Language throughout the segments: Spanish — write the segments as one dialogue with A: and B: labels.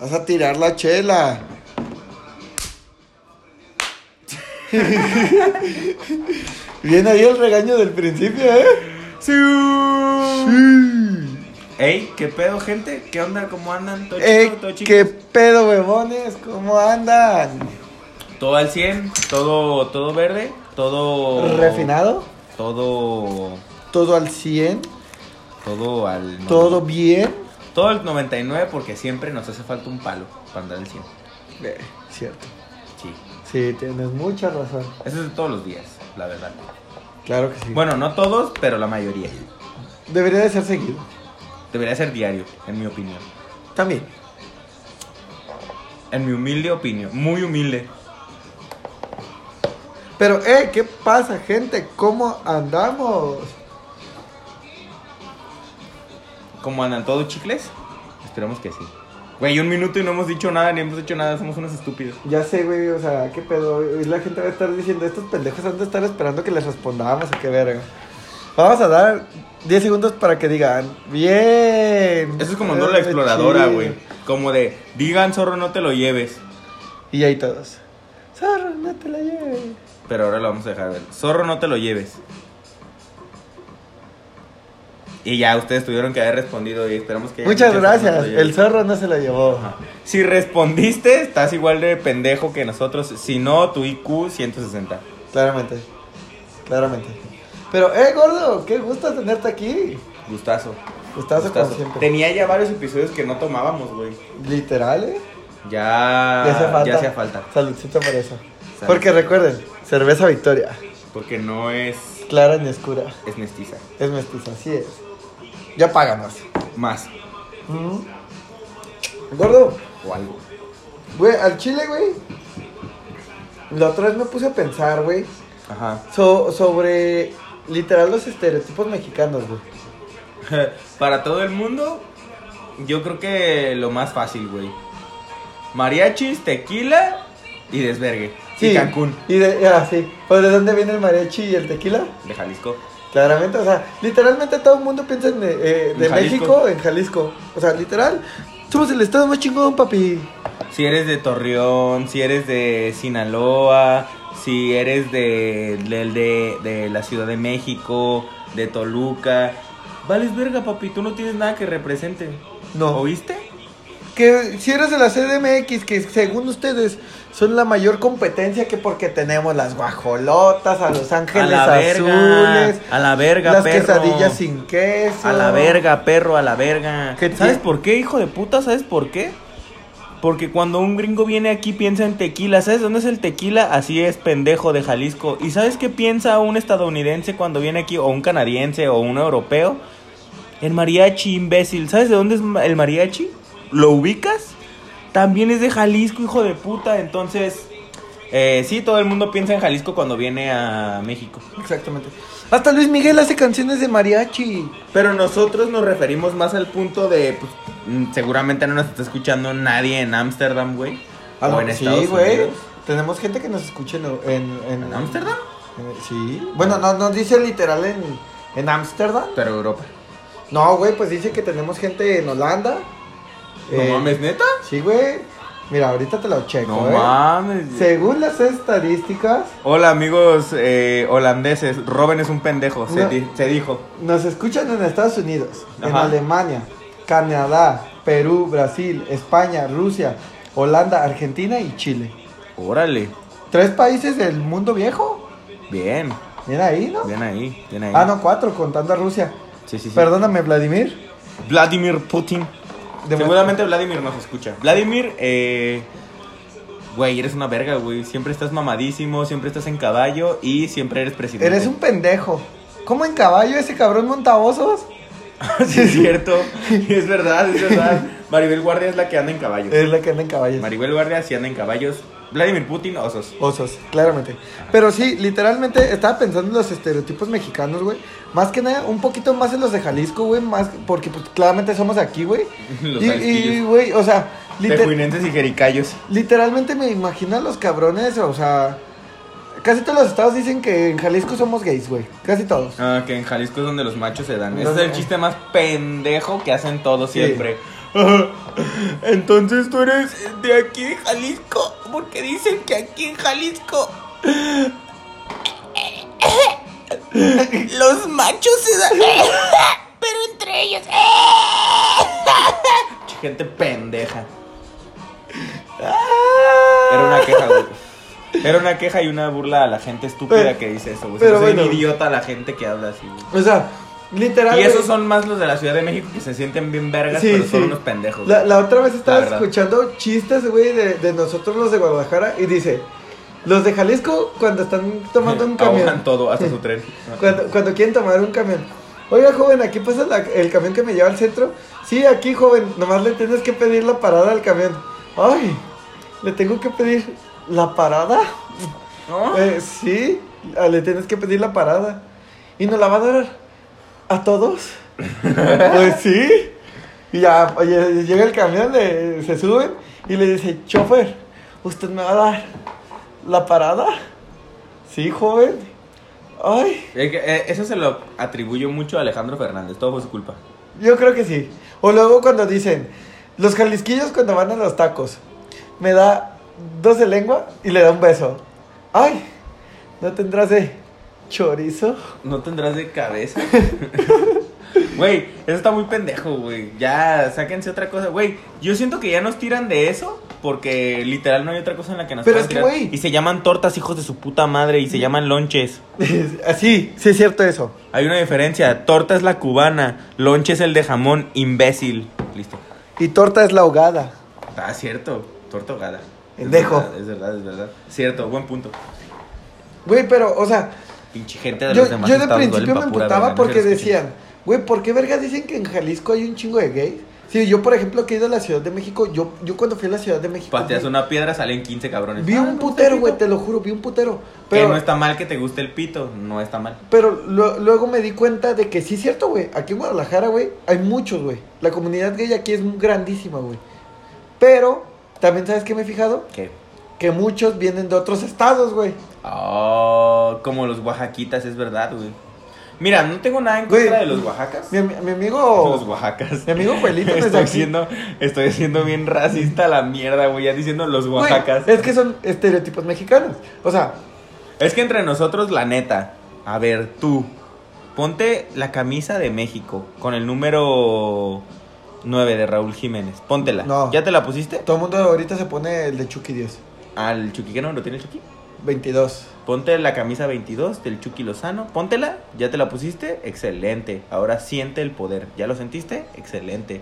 A: Vas a tirar la chela. Bien ahí el regaño del principio, ¿eh? Sí.
B: Ey, ¿qué pedo, gente? ¿Qué onda? ¿Cómo andan? ¿Todo
A: Eh,
B: chido? ¿Todo chido?
A: ¿Qué pedo, huevones? ¿Cómo andan?
B: Todo al 100, todo, todo verde, todo...
A: ¿Refinado?
B: Todo...
A: ¿Todo al 100?
B: Todo al...
A: ¿Todo bien?
B: Todo al 99 porque siempre nos hace falta un palo para andar al 100.
A: Eh, cierto.
B: Sí.
A: Sí, tienes mucha razón.
B: Eso es de todos los días, la verdad.
A: Claro que sí.
B: Bueno, no todos, pero la mayoría.
A: Debería de ser seguido.
B: Debería ser diario, en mi opinión.
A: También.
B: En mi humilde opinión. Muy humilde.
A: Pero, eh, ¿qué pasa, gente? ¿Cómo andamos?
B: ¿Cómo andan todos chicles? Esperemos que sí. Güey, un minuto y no hemos dicho nada, ni hemos hecho nada, somos unos estúpidos.
A: Ya sé, güey, o sea, ¿qué pedo? Hoy la gente va a estar diciendo, estos pendejos han de estar esperando que les respondamos, ¿a qué verga? Vamos a dar 10 segundos para que digan, bien.
B: Eso es como no la
A: Eh,
B: exploradora,
A: chido".
B: güey. Como de, digan zorro, no te lo lleves.
A: Y ahí todos. Zorro, no te la lleves.
B: Pero ahora lo vamos a dejar ver. Zorro, no te lo lleves. Y ya ustedes tuvieron que haber respondido y esperamos que.
A: Muchas
B: que
A: gracias,
B: zorro no te lo
A: el
B: lleves.
A: zorro no se la llevó.
B: Ajá. Si respondiste, estás igual de pendejo que nosotros. Si no, tu IQ 160.
A: Claramente, claramente. Pero, eh, gordo, qué gusto tenerte aquí.
B: Gustazo.
A: Estás como
B: Gustazo.
A: siempre.
B: Tenía ya varios episodios que no tomábamos, güey.
A: Literal, eh.
B: Ah, Ya.
A: Ya hacía falta.
B: Ya hacía falta.
A: Saludcita por eso. Porque recuerden, cerveza Victoria,
B: Porque no es.
A: clara ni oscura.
B: Es mestiza.
A: Es mestiza, así es. Ya páganos.
B: Más.
A: Gordo,
B: O algo.
A: güey, al chile, güey. La otra vez me puse a pensar, güey,
B: Ajá.
A: so- sobre literal los estereotipos mexicanos, güey.
B: Para todo el mundo, yo creo que lo más fácil, güey. Mariachis, tequila y desvergue. Y Cancún,
A: Y de, ah, sí. Pues, de dónde viene el mariachi y el tequila?
B: de Jalisco.
A: Claramente, o sea, literalmente todo el mundo piensa en, eh,
B: En
A: de
B: Jalisco.
A: México en Jalisco. O sea, literal, somos el estado más chingón, papi.
B: Si eres de Torreón, si eres de Sinaloa, si eres de, del- de, de la Ciudad de México, de Toluca. Vales verga, papi, tú no tienes nada que represente.
A: No.
B: ¿Oíste?
A: Que si eres de la CDMX, que según ustedes son la mayor competencia, que porque tenemos las guajolotas, a los ángeles
B: a la verga.
A: azules,
B: a la verga,
A: las
B: perro.
A: quesadillas sin queso.
B: A la verga, perro, a la verga.
A: ¿Qué
B: ¿Sabes
A: tie-
B: por qué, hijo de puta? ¿Sabes por qué? Porque cuando un gringo viene aquí piensa en tequila. ¿Sabes dónde es el tequila? Así es, pendejo de Jalisco. ¿Y sabes qué piensa un estadounidense cuando viene aquí? O un canadiense o un europeo. El mariachi, imbécil. ¿Sabes de dónde es ma- el mariachi? ¿Lo ubicas? También es de Jalisco, hijo de puta. Entonces, eh, sí, todo el mundo piensa en Jalisco cuando viene a México.
A: Exactamente. Hasta Luis Miguel hace canciones de mariachi.
B: Pero nosotros nos referimos más al punto de, pues, mm, seguramente no nos está escuchando nadie en Ámsterdam, güey.
A: Ah,
B: o
A: no,
B: en
A: sí,
B: Estados
A: güey.
B: Unidos.
A: Tenemos gente que nos escucha en. ¿En,
B: ¿En Ámsterdam?
A: en- Sí. Bueno, no, no dice literal en. ¿En Ámsterdam?
B: Pero Europa.
A: No, güey, pues dice que tenemos gente en Holanda. Eh,
B: ¿neta?
A: Sí, güey. Mira, ahorita te lo checo,
B: No
A: eh.
B: mames.
A: Según las estadísticas,
B: Hola, amigos eh, holandeses. Robin es un pendejo, se,
A: No.
B: di- se dijo.
A: nos escuchan en Estados Unidos, en
B: Ajá.
A: Alemania, Canadá, Perú, Brasil, España, Rusia, Holanda, Argentina y Chile.
B: Órale.
A: Tres países del mundo viejo.
B: Bien,
A: Mira ahí, ¿no?
B: bien ahí, bien ahí.
A: Ah, no, cuatro, contando a Rusia.
B: Sí, sí, sí.
A: Perdóname, Vladimir.
B: Vladimir Putin.
A: De-
B: Seguramente Vladimir nos escucha. Vladimir, eh. Güey, eres una verga, güey. Siempre estás mamadísimo, siempre estás en caballo y siempre eres presidente.
A: Eres un pendejo. ¿Cómo en caballo ese cabrón monta osos?
B: Sí, es cierto. Es verdad, es verdad. Maribel Guardia es la que anda en caballos.
A: Es la que anda en caballo.
B: Maribel Guardia sí anda en caballos. Vladimir Putin, osos.
A: Osos, claramente. Pero sí, literalmente estaba pensando en los estereotipos mexicanos, güey. Más que nada, un poquito más en los de Jalisco, güey. Más porque pues, claramente somos aquí, güey.
B: Los
A: Y- Y,
B: jalisquillos.
A: güey, o sea, liter-
B: Tejuinenses y jericayos.
A: literalmente me imagino a los cabrones, o sea, casi todos los estados dicen que en Jalisco somos gays, güey. Casi todos.
B: Ah, que en Jalisco es donde los machos se dan. Ese
A: No,
B: es el
A: no.
B: chiste más pendejo que hacen todos
A: Sí.
B: siempre. Entonces tú eres de aquí de Jalisco, porque dicen que aquí en Jalisco los machos se dan, pero entre ellos. Gente pendeja. Era una queja, güey. Era una queja y una burla a la gente estúpida
A: Pero-
B: que dice eso, güey.
A: pero
B: Pero soy un
A: bueno.
B: idiota la gente que habla así, güey.
A: O sea, literal.
B: Y esos
A: güey.
B: son más los de la Ciudad de México que se sienten bien vergas,
A: Sí,
B: pero son
A: sí.
B: unos pendejos.
A: La, la otra vez
B: La
A: estaba
B: verdad.
A: escuchando chistes, güey, de, de nosotros los de Guadalajara y dice, los de Jalisco cuando están tomando un
B: Ahogan
A: camión,
B: todo, hasta su tren.
A: cuando, cuando quieren tomar un camión. Oiga, joven, aquí pasa la- el camión que me lleva al centro. Sí, aquí, joven, nomás le tienes que pedir la parada al camión. Ay, le tengo que pedir la parada.
B: ¿No?
A: Eh, sí, ah, le tienes que pedir la parada. ¿Y nos la va a dar a todos? pues sí. Y ya oye, llega el camión, le- se suben y le dice, chofer, ¿usted me va a dar la parada? Sí, joven. Ay,
B: Eh, que, eh, Eso se lo atribuyo mucho a Alejandro Fernández, todo fue su culpa.
A: yo creo que sí. O luego cuando dicen, los jalisquillos cuando van a los tacos, me da dos de lengua y le da un beso. Ay, ¿no tendrás de chorizo?
B: No tendrás de cabeza. Güey, eso está muy pendejo, güey. Ya, sáquense otra cosa. Güey, yo siento que ya nos tiran de eso porque literal no hay otra cosa en la que nos
A: Pero
B: puedan
A: es que,
B: tirar.
A: güey. Mm.
B: Y se llaman tortas, hijos de su puta madre, y se llaman lonches.
A: Así, sí es cierto eso.
B: Hay una diferencia. Torta es la cubana, lonche es el de jamón, imbécil. Listo.
A: Y torta es la ahogada.
B: Ah, cierto. Torta ahogada. Es
A: Dejo.
B: verdad, Es verdad, es verdad. Cierto, buen punto.
A: Güey, pero, o sea,
B: Pinche gente de
A: yo,
B: los demás
A: yo de
B: estados
A: principio
B: duelen
A: me
B: pa' pura
A: emputaba
B: verga, no se
A: porque
B: les escucha.
A: decían, güey, ¿por qué vergas dicen que en Jalisco hay un chingo de gays? Sí, yo, por ejemplo, que he ido a la Ciudad de México, yo, yo cuando fui a la Ciudad de México.
B: Pateas
A: vi-
B: una piedra, salen 15 cabrones.
A: Vi
B: Ah,
A: un
B: no,
A: putero, güey,
B: pito.
A: te lo juro, vi un putero.
B: Que
A: Pero,
B: no está mal que te guste el pito, no está mal.
A: pero lo- luego me di cuenta de que sí es cierto, güey. Aquí en Guadalajara, güey, hay muchos, güey. La comunidad gay aquí es grandísima, güey. Pero, también, ¿sabes qué me he fijado?
B: ¿Qué?
A: Que muchos vienen de otros estados, güey.
B: Oh, como los oaxaquitas, es verdad, güey. Mira, no tengo nada en
A: Güey.
B: contra de los oaxacas.
A: Mi, ami- mi amigo.
B: Los oaxacas.
A: Mi amigo Juelito desde
B: estoy
A: aquí.
B: siendo, estoy siendo bien racista a la mierda, güey, ya diciendo los
A: Güey,
B: oaxacas.
A: es que son estereotipos mexicanos. O sea,
B: Es que entre nosotros, la neta, a ver, tú, ponte la camisa de México con el número 9 de Raúl Jiménez. Póntela.
A: No.
B: ¿Ya te la pusiste?
A: todo el mundo ahorita se pone el de Chucky 10.
B: Al Chucky, ¿qué número tiene el Chucky?
A: 22.
B: Ponte la camisa 22 del Chucky Lozano. Póntela, ya te la pusiste. Excelente. Ahora siente el poder. ¿Ya lo sentiste? Excelente.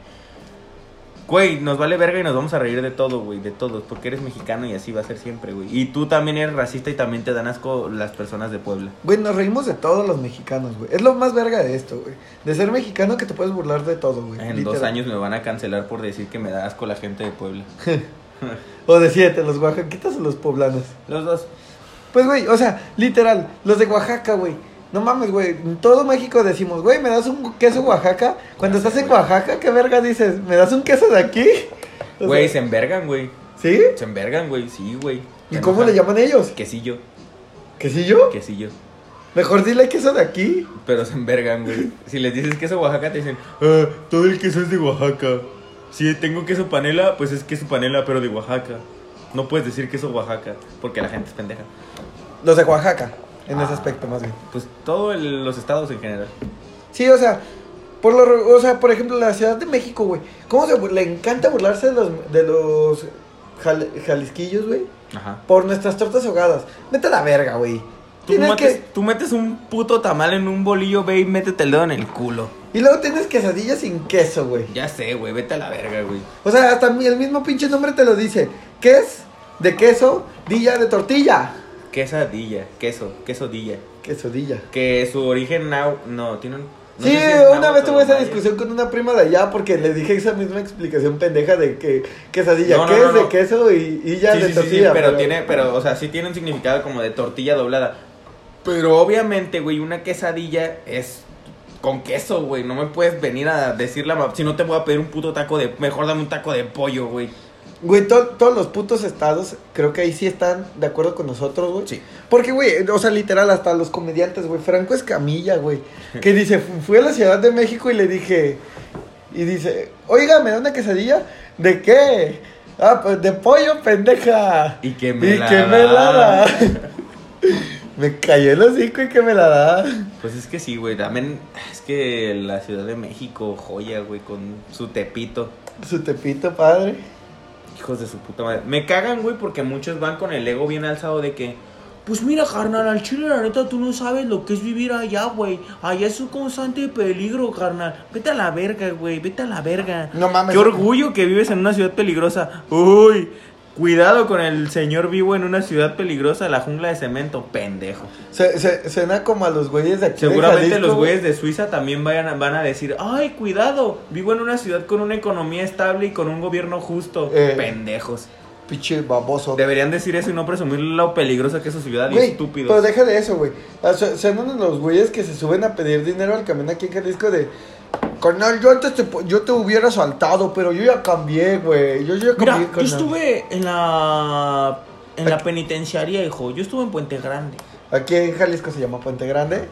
B: Güey, nos vale verga y nos vamos a reír de todo, güey, de todos, porque eres mexicano y así va a ser siempre, güey. Y tú también eres racista y también te dan asco las personas de Puebla.
A: Güey, nos reímos de todos los mexicanos, güey. Es lo más verga de esto, güey. De ser mexicano que te puedes burlar de todo, güey.
B: En
A: Pues, literal.
B: dos años me van a cancelar por decir que me da asco la gente de Puebla.
A: O de siete, los oaxaquitas o los poblanos.
B: Los dos.
A: Pues, güey, o sea, literal, los de Oaxaca, güey. No mames, güey. En todo México decimos, güey, ¿me das un queso Oaxaca? Cuando estás en Oaxaca, ¿qué verga dices? ¿Me das un queso de aquí? O
B: Güey, se
A: sea,
B: envergan, güey.
A: ¿Sí?
B: Se envergan, güey. Sí, güey.
A: ¿Y
B: Se
A: cómo
B: enojan.
A: le llaman ellos?
B: Quesillo,
A: ¿Quesillo?
B: quesillo.
A: Mejor dile queso de aquí.
B: Pero se envergan, güey. Si les dices queso Oaxaca, te dicen, "Ah, todo el queso es de Oaxaca. Si tengo queso panela, pues es queso panela, pero de Oaxaca. No puedes decir queso Oaxaca, porque la gente es pendeja.
A: Los de Oaxaca, en ese
B: Ah.
A: aspecto más bien.
B: Pues todos los estados en general.
A: Sí, o sea, por lo, re- o sea, por ejemplo, la Ciudad de México, güey. ¿Cómo se bu- le encanta burlarse de los, de los jal- jalisquillos, güey?
B: Ajá.
A: Por nuestras tortas ahogadas. Vete a la verga, güey.
B: Tú
A: Tienes
B: metes,
A: que...
B: tú metes un puto tamal en un bolillo, ve y métete el dedo en el culo.
A: Y luego tienes quesadillas sin queso, güey.
B: Ya sé, güey, vete a la verga, güey.
A: O sea, hasta mi- el mismo pinche nombre te lo dice. ¿Qué es? De queso, dilla de tortilla.
B: Quesadilla, queso, quesodilla.
A: Quesodilla.
B: Que su origen nau- no, tiene un... no
A: sí,
B: sé si es
A: una
B: náhuatl
A: vez
B: o
A: tuve esa
B: maya.
A: discusión con una prima de allá porque le dije esa misma explicación pendeja de que quesadilla,
B: No, no,
A: que
B: no,
A: es
B: no.
A: de queso y, y ya
B: Sí,
A: de
B: sí, sí, sí,
A: tortilla.
B: pero, tiene, pero, o sea, sí tiene un significado como de tortilla doblada. Pero obviamente, güey, una quesadilla es con queso, güey. No me puedes venir a decir la... ma- Si no te voy a pedir un puto taco de... Mejor dame un taco de pollo, güey.
A: Güey, to- todos los putos estados, creo que ahí sí están de acuerdo con nosotros, güey.
B: Sí.
A: Porque, güey, o sea, literal, hasta los comediantes, güey. Franco Escamilla, güey. Que dice, fu- fui a la Ciudad de México y le dije, y dice, oiga, me da una quesadilla, ¿de qué? Ah, pues de pollo, pendeja.
B: Y que me
A: y
B: la
A: que me
B: da.
A: la da. me cayó el hocico y que me la da.
B: Pues es que sí, güey. También es que la Ciudad de México, joya, güey, con su tepito.
A: Su tepito, padre.
B: Hijos de su puta madre. Me cagan, güey, porque muchos van con el ego bien alzado de que. Pues mira, carnal, al chile, la neta, tú no sabes lo que es vivir allá, güey. Allá es un constante peligro, carnal. Vete a la verga, güey, vete a la verga.
A: No mames.
C: Qué orgullo que vives en una ciudad peligrosa. Uy, cuidado con el señor vivo en una ciudad peligrosa, la jungla de cemento, pendejo.
A: Se, se- suena como a los güeyes de aquí. de
C: Seguramente
A: Jalisco,
C: los
A: güey.
C: güeyes de Suiza también vayan a- van a decir, ay, cuidado, vivo en una ciudad con una economía estable y con un gobierno justo.
A: Eh.
C: Pendejos.
A: Pinche baboso.
C: Deberían decir eso y no presumir lo peligrosa que es su ciudad y
A: Güey,
C: estúpido.
A: Pero deja de eso, güey. O sea, Son unos los güeyes que se suben a pedir dinero al camión aquí en Jalisco de. Carnal, yo antes te, po- yo te hubiera saltado, pero yo ya cambié, güey. Yo ya cambié,
C: Mira, yo
A: carnal".
C: estuve en la en la penitenciaría, hijo. Yo estuve en Puente Grande.
A: Aquí en Jalisco se llama Puente Grande.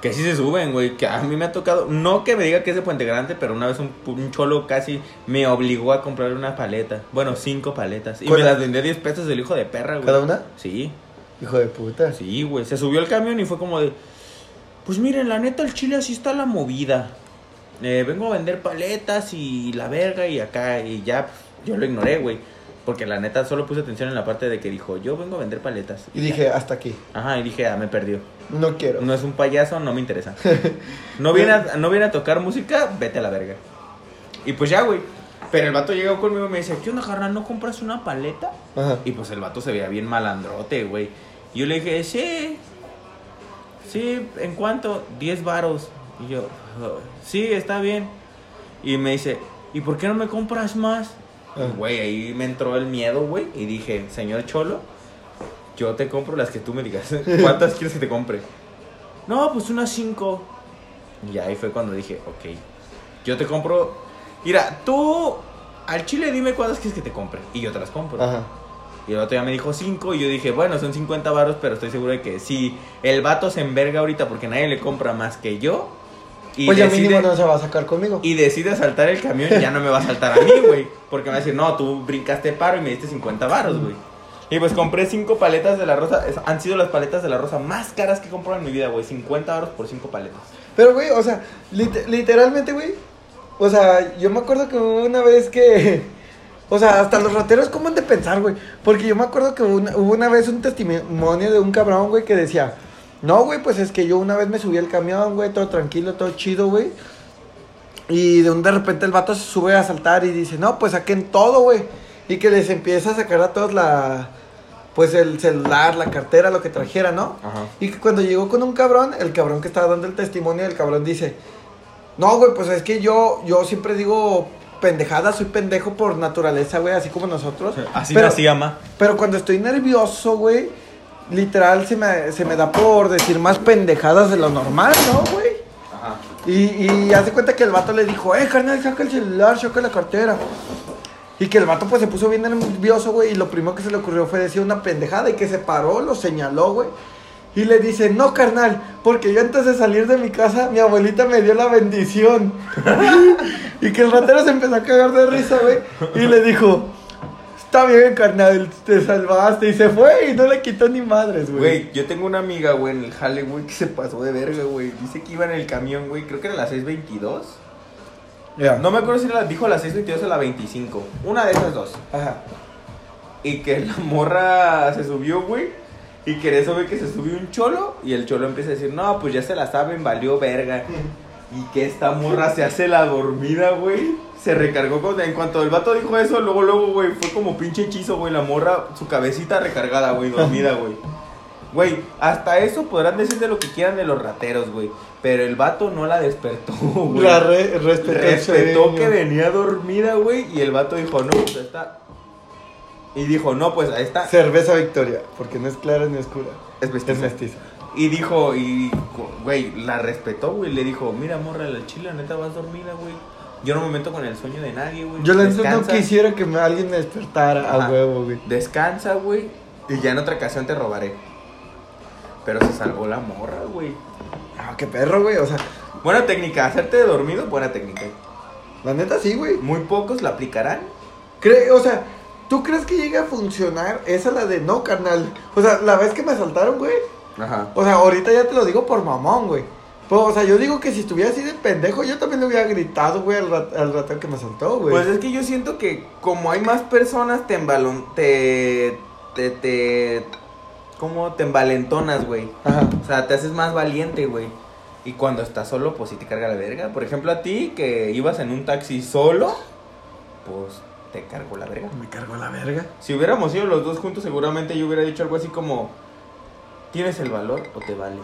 B: Que sí se suben, güey. Que a mí me ha tocado. No que me diga que es de Puente Grande, pero una vez un, un cholo casi me obligó a comprar una paleta. Bueno, cinco paletas. Y
A: ¿Cuál?
B: me las vendió a 10 pesos el hijo de perra, güey.
A: ¿Cada una?
B: Sí,
A: Hijo de puta.
B: sí, güey. Se subió el camión y fue como de. Pues miren, la neta, el chile así está la movida. Eh, vengo a vender paletas y la verga y acá. Y ya, pues, yo lo ignoré, güey. Porque la neta solo puse atención en la parte de que dijo, yo vengo a vender paletas.
A: Y dije, hasta aquí.
B: Ajá, y dije, ah, me perdió.
A: No quiero.
B: No es un payaso, no me interesa. No viene a, no viene a tocar música, vete a la verga. Y pues ya, güey. Pero el vato llegó conmigo y me dice, ¿qué onda, carnal? ¿No compras una paleta?
A: Ajá.
B: Y pues el vato se veía bien malandrote, güey. Y yo le dije, sí. Sí, ¿en cuánto? 10 varos. Y yo, "Oh, sí, está bien. Y me dice, ¿y por qué no me compras más?
A: Ah.
B: Güey, ahí me entró el miedo, güey. Y dije, señor Cholo, yo te compro las que tú me digas. ¿Cuántas quieres que te compre? No, pues unas 5. Y ahí fue cuando dije, ok, yo te compro. Mira, tú al chile dime cuántas quieres que te compre. Y yo te las compro.
A: Ajá.
B: Y el vato ya me dijo 5 y yo dije, bueno, son 50 varos, pero estoy seguro de que si el vato se enverga ahorita porque nadie le compra más que yo y,
A: Pues ya mínimo
B: decide,
A: no se va a sacar conmigo.
B: y decide asaltar el camión, ya no me va a saltar a mí, güey. Porque me va a decir, no, tú brincaste paro y me diste 50 varos, güey. Y pues compré 5 paletas de la rosa, es- han sido las paletas de la rosa más caras que he comprado en mi vida, güey. 50 varos por 5 paletas.
A: Pero, güey, o sea, lit- literalmente, güey. O sea, yo me acuerdo que hubo una vez que. O sea, hasta los rateros, ¿cómo han de pensar, güey? Porque yo me acuerdo que una- hubo una vez un testimonio de un cabrón, güey, que decía: No, güey, pues es que yo una vez me subí al camión, güey, todo tranquilo, todo chido, güey. Y de un de repente el vato se sube a saltar y dice: No, pues saquen todo, güey. Y que les empieza a sacar a todos la. Pues el celular, la cartera, lo que trajera, ¿no?
B: Ajá.
A: Y que cuando llegó con un cabrón, el cabrón que estaba dando el testimonio, el cabrón dice, no, güey, pues es que yo, yo siempre digo pendejada, soy pendejo por naturaleza, güey, así como nosotros.
C: Así
A: pero,
C: nací, ama.
A: Pero cuando estoy nervioso, güey, literal se me, se me da por decir más pendejadas de lo normal, ¿no, güey?
B: Ajá.
A: Y, y hace cuenta que el vato le dijo, eh, carnal, saca el celular, saca la cartera. Y que el vato pues se puso bien nervioso, güey, y lo primero que se le ocurrió fue decir una pendejada y que se paró, lo señaló, güey. Y le dice, no, carnal, porque yo antes de salir de mi casa, mi abuelita me dio la bendición. y que el ratero se empezó a cagar de risa, güey. Y le dijo, está bien, carnal, te salvaste. Y se fue y no le quitó ni madres, güey.
B: Güey, yo tengo una amiga, güey, en el jale, güey, que se pasó de verga, güey. Dice que iba en el camión, güey, creo que era las 6.22.
A: Ya.
B: No me acuerdo si era, dijo las 6.22 o la 25. Una de esas dos.
A: Ajá.
B: Y que la morra se subió, güey. Y que en eso ve que se subió un cholo. Y el cholo empieza a decir, no, pues ya se la saben, valió verga. Y que esta morra se hace la dormida, güey. Se recargó con... En cuanto el vato dijo eso, luego, luego, güey, fue como pinche hechizo, güey. La morra, su cabecita recargada, güey, dormida, güey. Güey, hasta eso podrán decir de lo que quieran de los rateros, güey. Pero el vato no la despertó, güey.
A: La re- respetó, el
B: Respetó que
A: sueño.
B: venía dormida, güey. Y el vato dijo, no, pues ahí está. Y dijo, no, pues ahí está.
A: Cerveza Victoria, porque no es clara ni oscura.
B: Es mestiza.
A: Es mestiza.
B: Y dijo, y güey, la respetó, güey. Le dijo, mira, morra, la chila, neta, vas dormida, güey. Yo no me meto con el sueño de nadie, güey.
A: Yo la neta no
B: Descansa.
A: quisiera que me, alguien me despertara
B: Ajá.
A: a huevo, güey.
B: Descansa, güey. Y ya en otra ocasión te robaré. Pero se salvó la morra, güey.
A: Ah, qué perro, güey. O sea,
B: Buena técnica, hacerte de dormido, buena técnica.
A: La neta sí, güey.
B: Muy pocos la aplicarán.
A: Cre- o sea, ¿tú crees que llega a funcionar esa la de no, carnal? O sea, la vez que me asaltaron, güey.
B: Ajá.
A: O sea, ahorita ya te lo digo por mamón, güey. Pero, o sea, yo digo que si estuviera así de pendejo, yo también le hubiera gritado, güey, al, rat- al ratón que me asaltó, güey.
B: Pues es que yo siento que como hay más personas, te embalon... Te... Te... te ¿Cómo? Te envalentonas, güey.
A: Ajá.
B: O sea, te haces más valiente, güey. Y cuando estás solo, pues sí te carga la verga. Por ejemplo, a ti que ibas en un taxi solo, pues te cargo la verga.
A: Me cargó la verga.
B: Si hubiéramos ido los dos juntos, seguramente yo hubiera dicho algo así como: ¿Tienes el valor o te vale?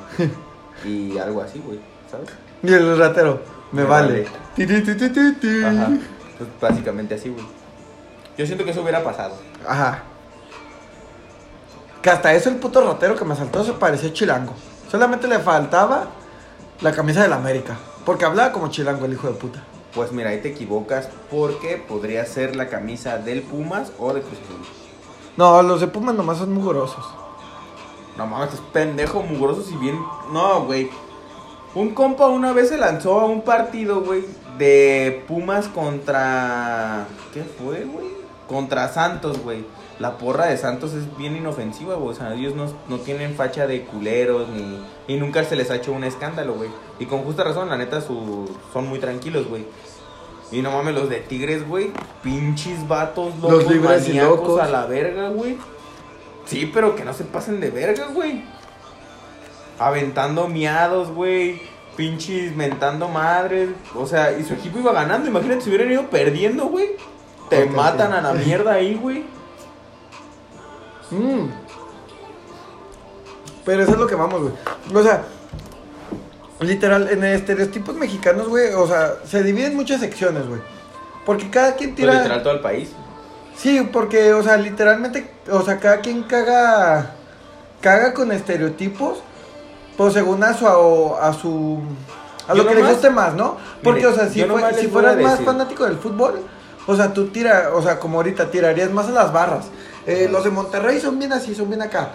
B: y algo así, güey, ¿sabes?
A: Y el ratero, me,
B: Me
A: vale.
B: vale.
A: Ti, ti, ti, ti, ti, ti.
B: Ajá. Pues, básicamente así, güey. Yo siento que eso hubiera pasado.
A: Ajá. Que hasta eso el puto ratero que me asaltó se parecía chilango. Solamente le faltaba la camisa de la América. Porque hablaba como chilango el hijo de puta.
B: Pues mira, ahí te equivocas porque podría ser la camisa del Pumas o de Cruz Azul.
A: No, los de Pumas nomás son mugrosos.
B: No mames, es pendejo, mugroso, si bien. No, güey. Un compa una vez se lanzó a un partido, güey, de Pumas contra. ¿Qué fue, güey? Contra Santos, güey. La porra de Santos es bien inofensiva, güey. O sea, ellos no, no tienen facha de culeros ni. Y nunca se les ha hecho un escándalo, güey. Y con justa razón, la neta, su, son muy tranquilos, güey. Y no mames, los de Tigres, güey. Pinches vatos locos,
A: Los libres y
B: maníacos
A: locos.
B: a la verga, güey. Sí, pero que no se pasen de verga, güey. Aventando miados, güey. Pinches mentando madres. O sea, y su equipo iba ganando. Imagínate si hubieran ido perdiendo, güey. Te
A: Contra-
B: matan a la mierda ahí, güey.
A: Mm. Pero eso es lo que vamos, güey. O sea, literal, en estereotipos mexicanos, güey, o sea, se dividen muchas secciones, güey. Porque cada quien
B: Pues
A: tira.
B: literal todo el país.
A: Sí, porque, o sea, literalmente, o sea, cada quien caga, caga con estereotipos, pues según a su, a su, a
B: Yo
A: lo que le
B: nomás-
A: guste más, ¿no? Porque,
B: Mire,
A: o sea, si,
B: yo
A: fue-
B: nomás
A: si
B: les voy
A: fueras
B: a
A: más
B: decir.
A: fanático del fútbol, o sea, tú tira, o sea, como ahorita, tirarías más a las barras. Eh, los de Monterrey son bien así, son bien acá.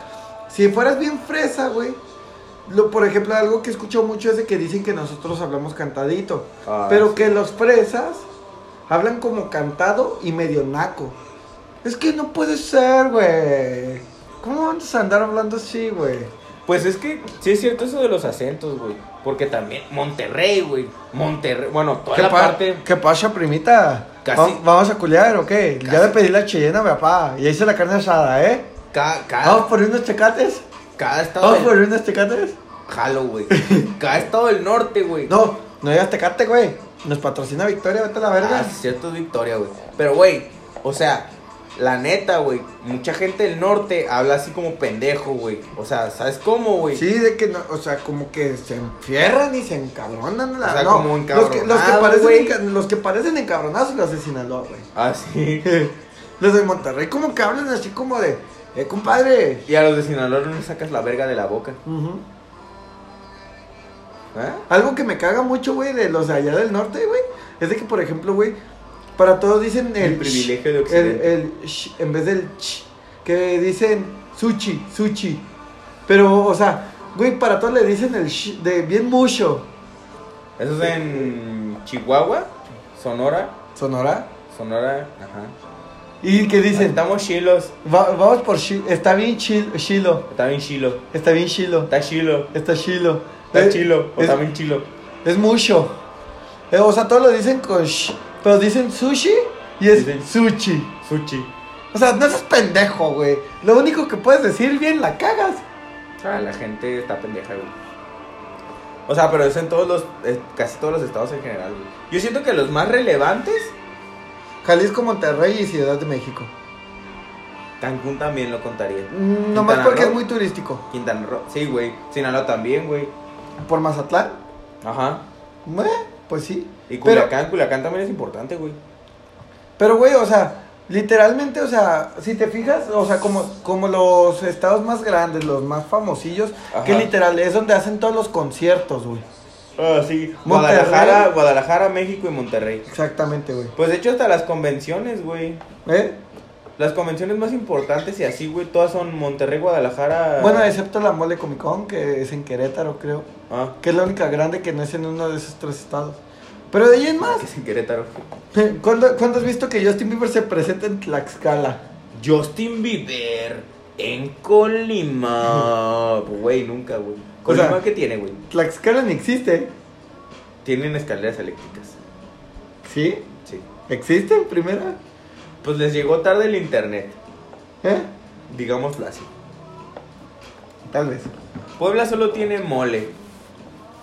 A: Si fueras bien fresa, güey, lo, por ejemplo, algo que escucho mucho es de que dicen que nosotros hablamos cantadito.
B: Ah,
A: pero
B: sí.
A: que los fresas hablan como cantado y medio naco. Es que no puede ser, güey. ¿Cómo vamos a andar hablando así, güey?
B: Pues es que sí es cierto eso de los acentos, güey. Porque también Monterrey, güey. Monterrey. Bueno, toda la
A: pa-
B: parte.
A: ¿Qué pasa, primita?
B: Casi-
A: Va- ¿Vamos a culiar o qué? Ya
B: Casi.
A: le pedí la chilena a mi papá. Y hice la carne asada, ¿eh?
B: Cada,
A: ¿Vamos
B: cada,
A: por unos tecates?
B: cada estado.
A: ¿Vamos por
B: Del,
A: unos tecates?
B: jalo, güey. Cada estado del norte, güey.
A: No, no digas tecate, güey. Nos patrocina Victoria, vete a la verga.
B: Ah, sí, cierto, es Victoria, güey. Pero, güey, o sea, la neta, güey, mucha gente del norte habla así como pendejo, güey. O sea, ¿sabes cómo, güey?
A: Sí, de que no, o sea, como que se enfierran y se encabronan. La,
B: O sea,
A: no,
B: como
A: los que, los, que
B: encabronado,
A: parecen
B: güey.
A: enca- los que parecen encabronados son los de Sinaloa, güey.
B: Ah, Así.
A: Los de Monterrey como que hablan así como de, eh, compadre.
B: Y a los de Sinaloa no les sacas la verga de la boca.
A: Ujú.
B: ¿Ah?
A: Algo que me caga mucho, güey, de los de allá del norte, güey, es de que, por ejemplo, güey, para todos dicen el,
B: El
A: ch,
B: privilegio de
A: el-
B: Occidente.
A: El, ch, en vez del ch, que dicen sushi, sushi. Pero, o sea, güey, para todos le dicen el sh de bien mucho.
B: Eso es en Chihuahua, Sonora,
A: Sonora.
B: Sonora, ajá.
A: Y que dicen,
B: Sentamos chilos.
A: Va- vamos por Shi- Está bien chil- chilo.
B: Está bien chilo.
A: Está bien chilo.
B: Está chilo.
A: Está chilo.
B: Está
A: Eh,
B: chilo. O
A: Es,
B: está bien chilo.
A: es mucho. Eh, o sea, todos lo dicen con sh, pero dicen sushi y es
B: Dicen-
A: sushi.
B: Sushi.
A: O sea, no seas pendejo, güey. Lo único que puedes decir bien la cagas.
B: O sea, la gente está pendeja, güey. O sea, pero es en todos los, eh, casi todos los estados en general, güey. Yo siento que los más relevantes,
A: Jalisco, Monterrey y Ciudad de México.
B: Cancún también lo contaría.
A: Mm, Nomás
B: Quintana
A: porque
B: Roo.
A: es muy turístico.
B: Quintana Roo, sí, güey. Sinaloa también, güey.
A: Por Mazatlán,
B: Ajá.
A: eh, pues sí.
B: Y
A: Pero-
B: Culiacán, Culiacán también es importante, güey.
A: Pero, güey, o sea, literalmente, o sea, si te fijas, o sea, como, como los estados más grandes, los más famosillos,
B: Ajá.
A: que literal es donde hacen todos los conciertos, güey.
B: Ah, sí.
A: Monterrey.
B: Guadalajara, Guadalajara, México y Monterrey.
A: Exactamente, güey.
B: Pues de hecho hasta las convenciones, güey.
A: ¿Eh?
B: Las convenciones más importantes y así, güey, todas son Monterrey, Guadalajara.
A: Bueno, excepto la Mole Comic Con, que es en Querétaro, creo.
B: Ah,
A: Que es la única grande que no es en uno de esos tres estados. Pero de ahí en más,
B: Que es en Querétaro.
A: ¿cuándo, cuándo has visto que Justin Bieber se presenta en Tlaxcala?
B: Justin Bieber en Colima. Güey, nunca, güey.
A: O sea-
B: ¿Colima qué tiene, güey?
A: Tlaxcala ni existe.
B: Tienen escaleras eléctricas.
A: ¿Sí?
B: Sí.
A: ¿Existe en primera?
B: Pues les llegó tarde el internet.
A: ¿Eh?
B: Digámoslo así.
A: Tal vez.
B: Puebla solo tiene mole.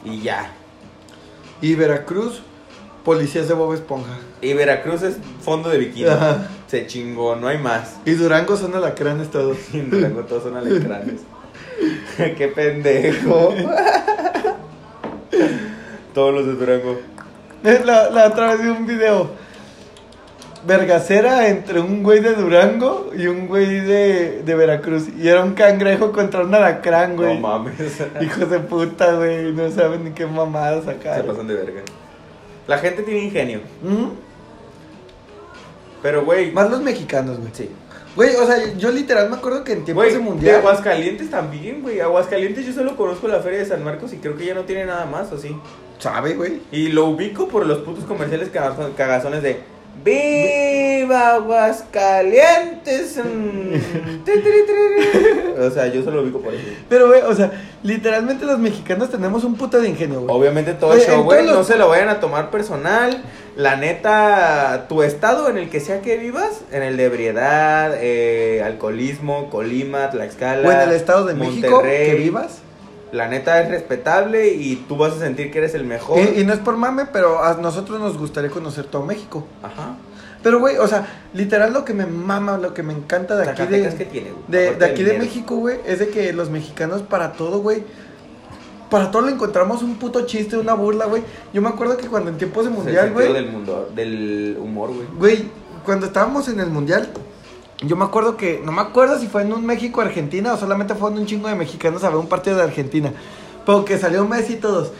B: Y ya.
A: Y Veracruz, policías de Bob Esponja.
B: Y Veracruz es fondo de bikini.
A: Ajá.
B: Se chingó, no hay más.
A: Y Durango son alacranes todos.
B: Y en Durango todos son alacranes. Qué pendejo. todos los de Durango.
A: Es La, la otra vez vi un video. Vergacera entre un güey de Durango y un güey de, de Veracruz. Y era un cangrejo contra un alacrán, güey.
B: No mames. Se
A: Hijos de puta, güey. No saben ni qué mamadas acá.
B: pasan de verga. La gente tiene ingenio.
A: ¿Mm?
B: Pero, güey.
A: Más los mexicanos, güey.
B: Sí.
A: Güey, o sea, yo literal me acuerdo que en tiempos
B: Güey,
A: de
B: de
A: mundial.
B: Aguascalientes también, güey. Aguascalientes yo solo conozco la feria de San Marcos y creo que ya no tiene nada más, ¿o sí?
A: Sabe, güey.
B: Y lo ubico por los putos comerciales cagazo- cagazones de ¡Viva Aguascalientes! mm, ti, ti, ti, ti, ti. o sea, yo solo ubico por eso.
A: Pero, güey, o sea, literalmente los mexicanos tenemos un puta de ingenio, güey.
B: Obviamente todo
A: Oye,
B: el show,
A: en
B: güey,
A: todos los-
B: no se lo vayan a tomar personal. La neta, tu estado en el que sea que vivas, en el de ebriedad, eh, alcoholismo, Colima, Tlaxcala,
A: O en el Estado de México, que
B: Monterrey,
A: vivas.
B: La neta es respetable y tú vas a sentir que eres el mejor.
A: Y, y no es por mame, pero a nosotros nos gustaría conocer todo México.
B: Ajá.
A: Pero, güey, o sea, literal lo que me mama, lo que me encanta de aquí
B: Zacatecas, ¿qué
A: de,
B: tiene, güey?
A: de, de
B: Aparte del
A: aquí de
B: dinero.
A: México, güey, es de que los mexicanos para todo, güey, para todo le encontramos un puto chiste, una burla, güey. Yo me acuerdo que cuando en tiempos de
B: Es el
A: mundial,
B: sentido
A: güey,
B: del mundo, del humor, güey.
A: güey, cuando estábamos en el mundial, yo me acuerdo que, no me acuerdo si fue en un México-Argentina o solamente fue en un chingo de mexicanos a ver un partido de Argentina. Pero que salió Messi y todos,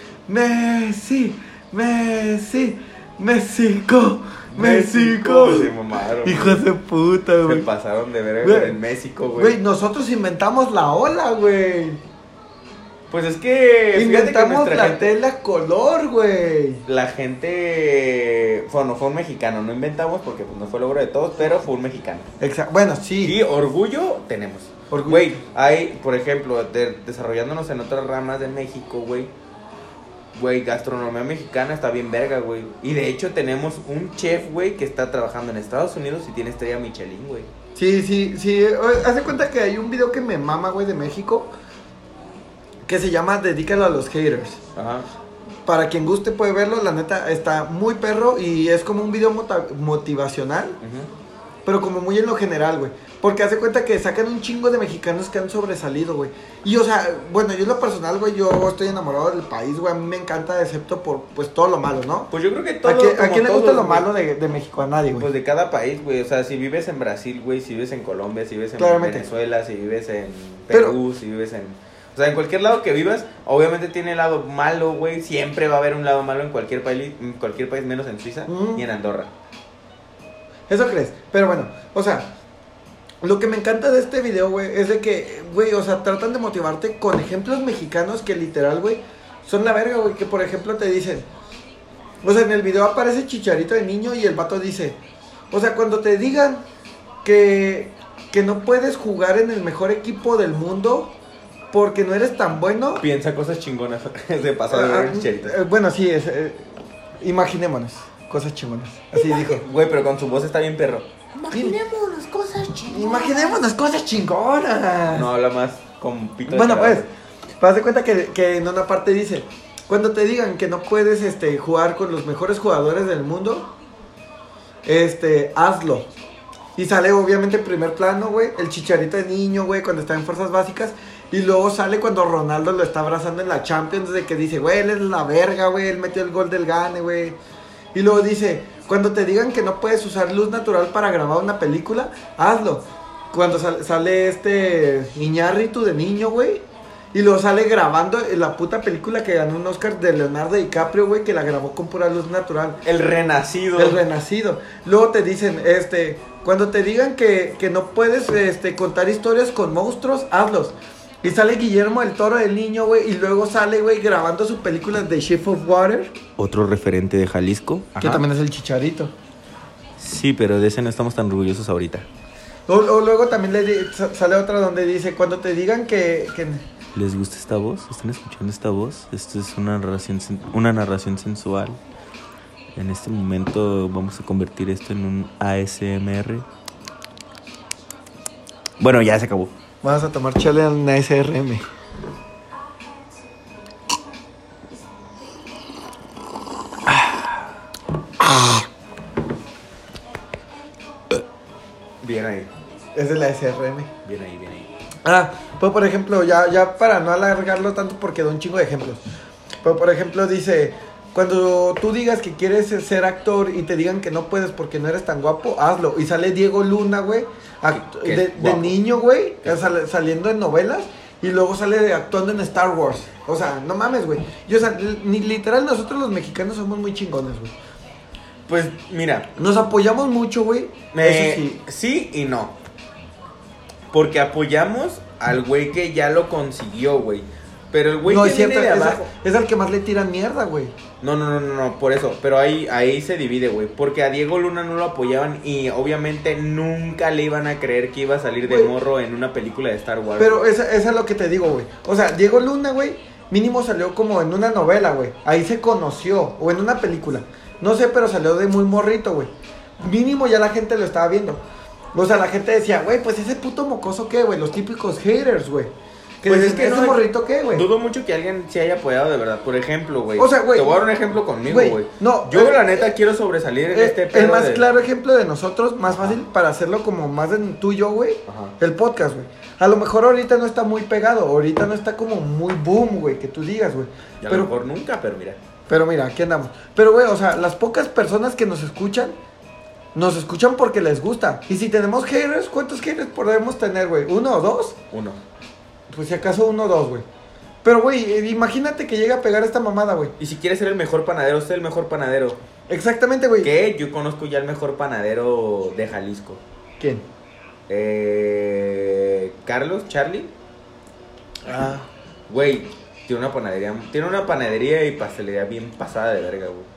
A: Messi, Messi, México, México.
B: pues, Se mamaron.
A: Hijos de puta,
B: güey.
A: güey.
B: Se pasaron de verga
A: Güey.
B: con el México,
A: Güey,
B: güey.
A: nosotros inventamos la ola, güey.
B: Pues es que. fíjate que
A: Inventamos
B: nuestra
A: la
B: gente-
A: tela color, güey.
B: La gente. Bueno, fue un mexicano. No inventamos porque pues, no fue logro de todos, pero fue un mexicano.
A: Exa- Bueno, sí.
B: Y orgullo tenemos.
A: Orgullo.
B: Güey, hay, por ejemplo, de- desarrollándonos en otras ramas de México, güey. Güey, gastronomía mexicana está bien verga, güey. Y de hecho tenemos un chef, güey, que está trabajando en Estados Unidos y tiene estrella Michelin, güey.
A: Sí, sí, sí. O- Haz de cuenta que hay un video que me mama, güey, de México. Que se llama Dedícalo a los haters.
B: Ajá.
A: Para quien guste puede verlo, la neta está muy perro y es como un video mota- motivacional, pero como muy en lo general, güey. Porque hace cuenta que sacan un chingo de mexicanos que han sobresalido, güey. Y o sea, bueno, yo en lo personal, güey, yo estoy enamorado del país, güey. A mí me encanta, excepto por pues todo lo malo, ¿no?
B: Pues yo creo que todo.
A: ¿A quién, a
B: como
A: quién le gusta
B: todos,
A: lo
B: güey.
A: malo de, de México? A nadie, güey.
B: Pues de cada país, güey. O sea, si vives en Brasil, güey, si vives en Colombia, si vives en
A: Claramente.
B: Venezuela, si vives en
A: Pero-
B: Perú, si vives en... O sea, en cualquier lado que vivas, obviamente tiene el lado malo, güey. Siempre va a haber un lado malo en cualquier país, en cualquier país menos en Suiza
A: Mm.
B: y en Andorra.
A: Eso crees. Pero bueno, o sea, lo que me encanta de este video, güey, es de que, güey, o sea, tratan de motivarte con ejemplos mexicanos que literal, güey, son la verga, güey. Que por ejemplo te dicen, o sea, en el video aparece Chicharito de niño y el vato dice, o sea, cuando te digan que, que no puedes jugar en el mejor equipo del mundo porque no eres tan bueno.
B: Piensa cosas chingonas. Se pasó de
A: Ah,
B: ver Chicharito.
A: eh, bueno, sí, es, eh, imaginémonos cosas chingonas. Así dijo.
B: Güey, pero con su voz está bien perro.
D: Imaginémonos cosas chingonas.
A: Imaginémonos cosas chingonas.
B: No habla más con pito de
A: bueno,
B: carajo.
A: pues, pues de cuenta que, que en una parte dice, cuando te digan que no puedes este, jugar con los mejores jugadores del mundo, este, hazlo. Y sale obviamente en primer plano, güey, el chicharito de niño, güey, cuando está en fuerzas básicas. Y luego sale cuando Ronaldo lo está abrazando en la Champions, de que dice, güey, él es la verga, güey, él metió el gol del gane, güey. Y luego dice, cuando te digan que no puedes usar luz natural para grabar una película, hazlo. Cuando sal- sale este Iñárritu de niño, güey. Y luego sale grabando la puta película que ganó un Oscar de Leonardo DiCaprio, güey, que la grabó con pura luz natural.
B: El renacido.
A: El renacido. Luego te dicen, este, cuando te digan que, que no puedes este, contar historias con monstruos, hazlos. Y sale Guillermo el Toro del Niño, güey. Y luego sale, güey, grabando su película The Shape of Water.
C: Otro referente de Jalisco.
A: Que también es el chicharito.
C: Sí, pero de ese no estamos tan orgullosos ahorita.
A: O, o luego también le di- sa- sale otra donde dice, cuando te digan que... que-
C: ¿Les gusta esta voz? ¿Están escuchando esta voz? Esto es una narración, sen- una narración sensual. En este momento vamos a convertir esto en un ASMR. Bueno, ya se acabó.
A: Vamos a tomar chale en ASRM.
B: Bien ahí,
A: Es de la ASRM.
B: bien ahí, bien ahí.
A: Ah, pues por ejemplo, ya, ya para no alargarlo tanto porque da un chingo de ejemplos. Pero por ejemplo dice, cuando tú digas que quieres ser actor y te digan que no puedes porque no eres tan guapo, hazlo. Y sale Diego Luna, güey, act-
B: Que- que
A: de,
B: es
A: de
B: guapo.
A: niño, güey, sal- saliendo en novelas. Y luego sale actuando en Star Wars. O sea, no mames, güey. Yo, o sea, ni literal nosotros los mexicanos somos muy chingones, güey.
B: Pues mira,
A: Nos apoyamos mucho, güey.
B: eh,
A: Eso sí.
B: sí y no. Porque apoyamos al güey que ya lo consiguió, güey. Pero el güey
A: no,
B: que
A: es
B: viene
A: cierto,
B: de
A: es,
B: abajo.
A: es al que más le tiran mierda, güey.
B: No, no, no, no, no, por eso. Pero ahí, ahí se divide, güey. Porque a Diego Luna no lo apoyaban y obviamente nunca le iban a creer que iba a salir de
A: Güey.
B: morro en una película de Star Wars.
A: Pero esa, esa es lo que te digo, güey. O sea, Diego Luna, güey, mínimo salió como en una novela, güey. Ahí se conoció, o en una película. No sé, pero salió de muy morrito, güey. Mínimo ya la gente lo estaba viendo. O sea, la gente decía, güey, pues ese puto mocoso qué, güey. Los típicos haters, güey. Que
B: Pues
A: dicen,
B: es que
A: ese
B: no-
A: morrito qué, güey.
B: Dudo mucho que alguien se haya apoyado de verdad. Por ejemplo, güey.
A: O sea, güey.
B: Te voy a dar un ejemplo conmigo,
A: Güey,
B: güey.
A: no,
B: Yo,
A: eh,
B: la neta, quiero sobresalir en
A: Eh,
B: este pedo.
A: el más
B: de-
A: claro ejemplo de nosotros, más fácil para hacerlo como más de tú y yo, güey.
B: Ajá.
A: El podcast, güey. A lo mejor ahorita no está muy pegado, ahorita no está como muy boom, güey, que tú digas, güey.
B: Y a
A: Pero
B: lo mejor nunca, pero mira.
A: Pero mira, aquí andamos. Pero, güey, o sea, las pocas personas que nos escuchan, nos escuchan porque les gusta. Y si tenemos haters, ¿cuántos haters podemos tener, güey? ¿Uno o dos?
B: Uno.
A: Pues si acaso uno o dos, güey. Pero, güey, eh, imagínate que llega a pegar esta mamada, güey.
B: Y si quieres ser el mejor panadero, sé el mejor panadero.
A: Exactamente, güey.
B: Que yo conozco ya el mejor panadero de Jalisco.
A: ¿Quién?
B: Eh, Carlos, Charlie.
A: Ah.
B: Güey, tiene una panadería. Tiene una panadería y pastelería bien pasada de verga, güey.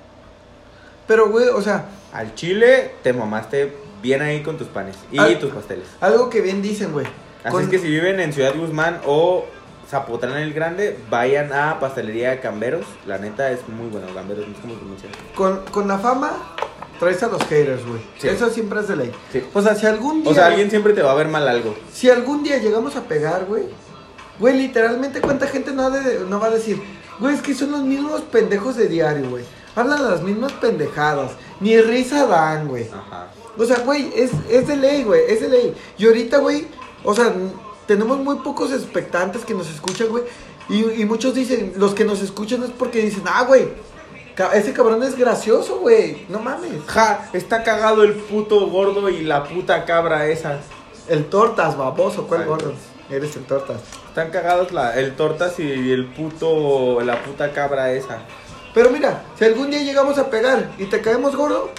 A: Pero, güey, o sea,
B: Al chile te mamaste bien ahí con tus panes y
A: Al-
B: tus pasteles.
A: algo que bien dicen, güey.
B: Así
A: Con-
B: es que si viven en Ciudad Guzmán o Zapotlán el Grande, vayan a Pastelería Camberos. La neta es muy bueno, Camberos, no es como se pronuncia.
A: con, con la fama, traes a los haters, güey.
B: Sí.
A: Eso siempre es de ley.
B: Sí.
A: O sea, si algún día...
B: O sea, alguien siempre te va a ver mal algo.
A: Si algún día llegamos a pegar, güey, güey, literalmente, ¿cuánta gente no, ha de- no va a decir, güey, es que son los mismos pendejos de diario, güey? Hablan las mismas pendejadas, ni risa dan, güey.
B: Ajá.
A: O sea, güey, es, es de ley, güey, es de ley. Y ahorita, güey, o sea, n- tenemos muy pocos expectantes que nos escuchan, güey. Y, y muchos dicen, los que nos escuchan es porque dicen, ah, güey, ca- ese cabrón es gracioso, güey, no mames.
B: Ja, está cagado el puto gordo y la puta cabra esas.
A: El tortas, baboso, ¿cuál
B: Ay,
A: gordo? Eres el tortas.
B: Están cagados la, el tortas y el puto, la puta cabra esa.
A: Pero mira, si algún día llegamos a pegar y te caemos gordo,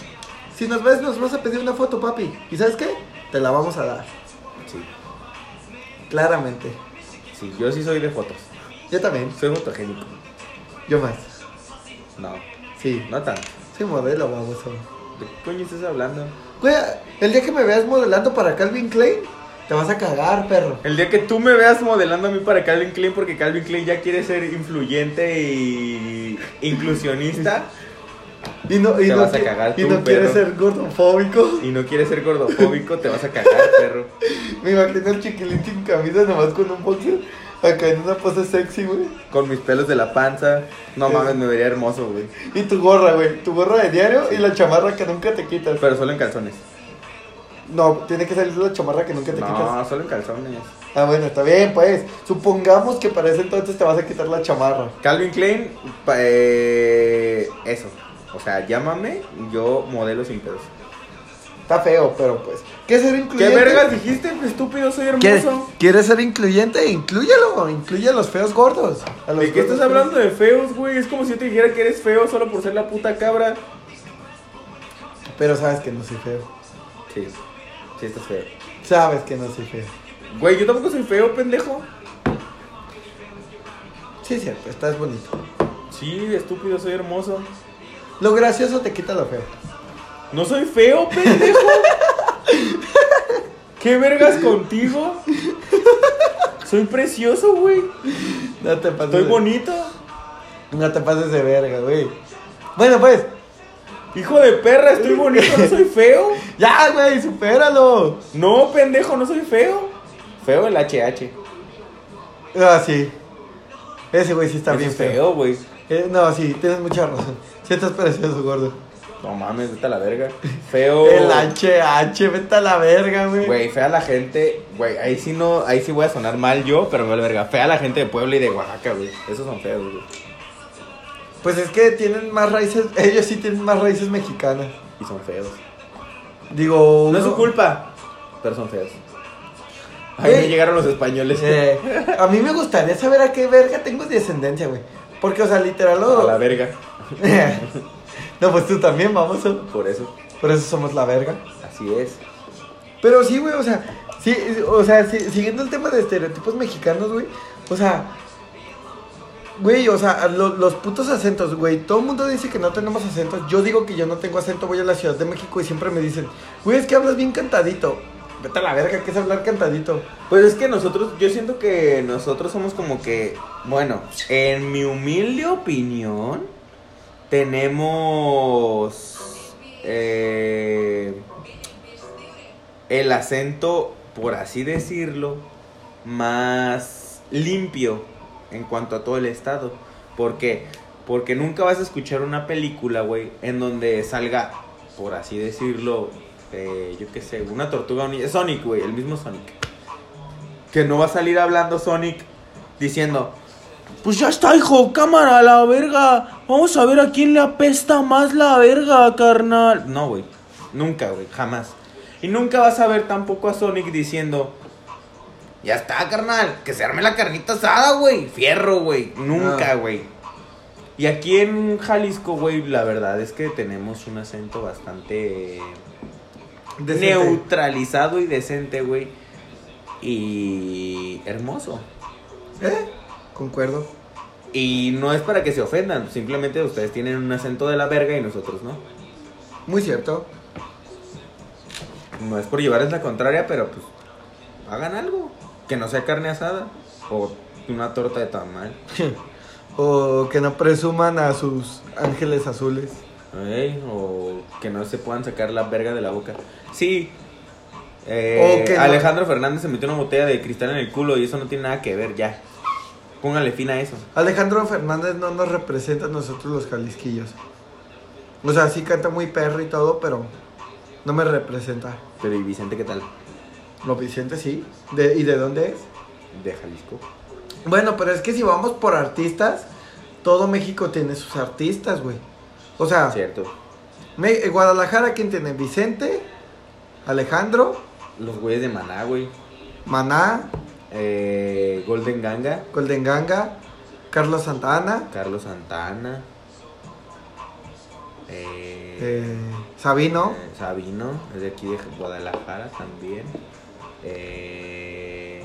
A: si nos ves nos vas a pedir una foto, papi. ¿Y sabes qué? Te la vamos a dar,
B: Sí,
A: claramente.
B: sí, yo sí soy de fotos.
A: Yo también,
B: Soy fotogénico.
A: yo más.
B: No,
A: Sí,
B: no tanto.
A: soy modelo, baboso.
B: ¿De qué coño estás hablando?
A: Güey, el día que me veas modelando para Calvin Klein, te vas a cagar, perro.
B: El día que tú me veas modelando a mí para Calvin Klein, porque Calvin Klein ya quiere ser influyente y inclusionista
A: Y no, y
B: Te
A: no,
B: vas a
A: qui-
B: cagar
A: y
B: tú,
A: no quieres
B: perro.
A: ser gordofóbico.
B: y no quiere ser gordofóbico, te vas a cagar, perro.
A: Me imagino el chiquilín sin camisa, nomás con un boxer, acá en una pose sexy, güey.
B: Con mis pelos de la panza. No mames, me vería hermoso, güey.
A: Y tu gorra, güey, tu gorra de diario y la chamarra que nunca te quitas.
B: Pero solo en calzones.
A: No, tiene que salir la chamarra que nunca te
B: No,
A: quitas.
B: solo en calzones.
A: Ah, bueno, está bien, pues. Supongamos que para ese entonces te vas a quitar la chamarra.
B: Calvin Klein, pa- eh, eso. O sea, llámame, yo modelo sin pedos.
A: Está feo, pero pues. ¿Qué ser
B: ¿Qué
A: incluyente?
B: vergas dijiste? Estúpido, soy
A: ¿Qué-
B: hermoso.
A: ¿Quieres ser incluyente? Inclúyelo. Incluye a los feos gordos. A los
B: ¿De qué
A: gordos
B: estás hablando de feos, güey? Es como si yo te dijera que eres feo solo por ser la puta cabra.
A: feos. Pero sabes que no soy feo.
B: Sí, sí, estás feo.
A: Sabes que no soy feo.
B: Güey, yo tampoco soy feo, pendejo.
A: Sí, es cierto, estás bonito.
B: Sí, estúpido, soy hermoso.
A: Lo gracioso te quita lo feo.
B: No soy feo, pendejo. ¿Qué vergas contigo? Soy precioso, güey.
A: No te pases
B: Estoy
A: de-
B: bonito.
A: No te pases de verga, güey. Bueno, pues,
B: Hijo de perra, estoy bonito, no soy feo.
A: ya, güey, supéralo.
B: No, pendejo, no soy feo. Feo el HH.
A: Ah, sí. Ese güey sí está
B: Ese
A: bien
B: es
A: feo.
B: feo, güey.
A: Eh, no, sí, tienes mucha razón. Sí, estás precioso, gordo.
B: No mames, vete a la verga. Feo.
A: El HH, vete a la verga, güey.
B: Oh. Güey, fea la gente, güey, ahí sí no, ahí sí voy a sonar mal yo, pero me vale verga. Fea la gente de Puebla y de Oaxaca, güey. Esos son feos, güey.
A: Pues es que tienen más raíces, ellos sí tienen más raíces mexicanas.
B: Y son feos.
A: Digo,
B: No es
A: uno-
B: su culpa, pero son feos. Ahí
A: Güey.
B: me llegaron los españoles.
A: Eh, a mí me gustaría saber a qué verga tengo descendencia, güey. Porque, o sea, literal,
B: A
A: lo-
B: la verga.
A: no, pues tú también, vamos.
B: Por eso.
A: Por eso somos la verga.
B: Así es.
A: Pero sí, güey, o sea, sí, o sea, sí, siguiendo el tema de estereotipos mexicanos, güey, o sea, güey, o sea, lo- los putos acentos, güey, todo el mundo dice que no tenemos acentos, yo digo que yo no tengo acento, voy a la Ciudad de México y siempre me dicen, güey, es que hablas bien cantadito, vete a la verga, que es hablar cantadito?
B: Pues es que nosotros, yo siento que nosotros somos como que, bueno, en mi humilde opinión, tenemos eh, el acento, por así decirlo, más limpio en cuanto a todo el estado. ¿Por qué? Porque nunca vas a escuchar una película, güey, en donde salga, por así decirlo, eh, yo qué sé, una tortuga, un- Sonic, güey, el mismo Sonic que no va a salir hablando Sonic diciendo,
C: Pues ya está, hijo, cámara, la verga. Vamos a ver a quién le apesta más la verga, carnal.
B: no, güey, nunca, güey, jamás. Y nunca vas a ver tampoco a Sonic diciendo, ya está, carnal, que se arme la carnita asada, güey, fierro, güey, nunca,
A: No.
B: güey. Y aquí en Jalisco, güey, la verdad es que tenemos un acento bastante
A: Decente.
B: neutralizado y decente, güey. Y hermoso.
A: ¿Eh? Concuerdo.
B: Y no es para que se ofendan, simplemente ustedes tienen un acento de la verga y nosotros no.
A: Muy cierto.
B: No es por llevarles la contraria, pero pues hagan algo. Que no sea carne asada o una torta de tamal.
A: O que no presuman a sus ángeles azules.
B: Ey, ¿eh? o que no se puedan sacar la verga de la boca. Sí.
A: O
B: Eh,
A: que no-
B: Alejandro Fernández se metió una botella de cristal en el culo y eso no tiene nada que ver ya. Póngale fin a eso.
A: Alejandro Fernández no nos representa a nosotros los jalisquillos. O sea, sí canta muy perro y todo, pero no me representa.
B: Pero ¿y Vicente qué tal?
A: Lo Vicente sí. De- ¿Y de dónde es?
B: De Jalisco.
A: Bueno, pero es que si vamos por artistas, todo México tiene sus artistas, güey. O sea,
B: Cierto.
A: Me- eh, Guadalajara, ¿quién tiene? Vicente, Alejandro,
B: Los güeyes de Maná, güey.
A: Maná,
B: Eh, Golden Ganga.
A: Golden Ganga, Carlos Santana,
B: Carlos Santana. Eh,
A: eh, Sabino.
B: eh, Sabino, es de aquí de Guadalajara también. Eh,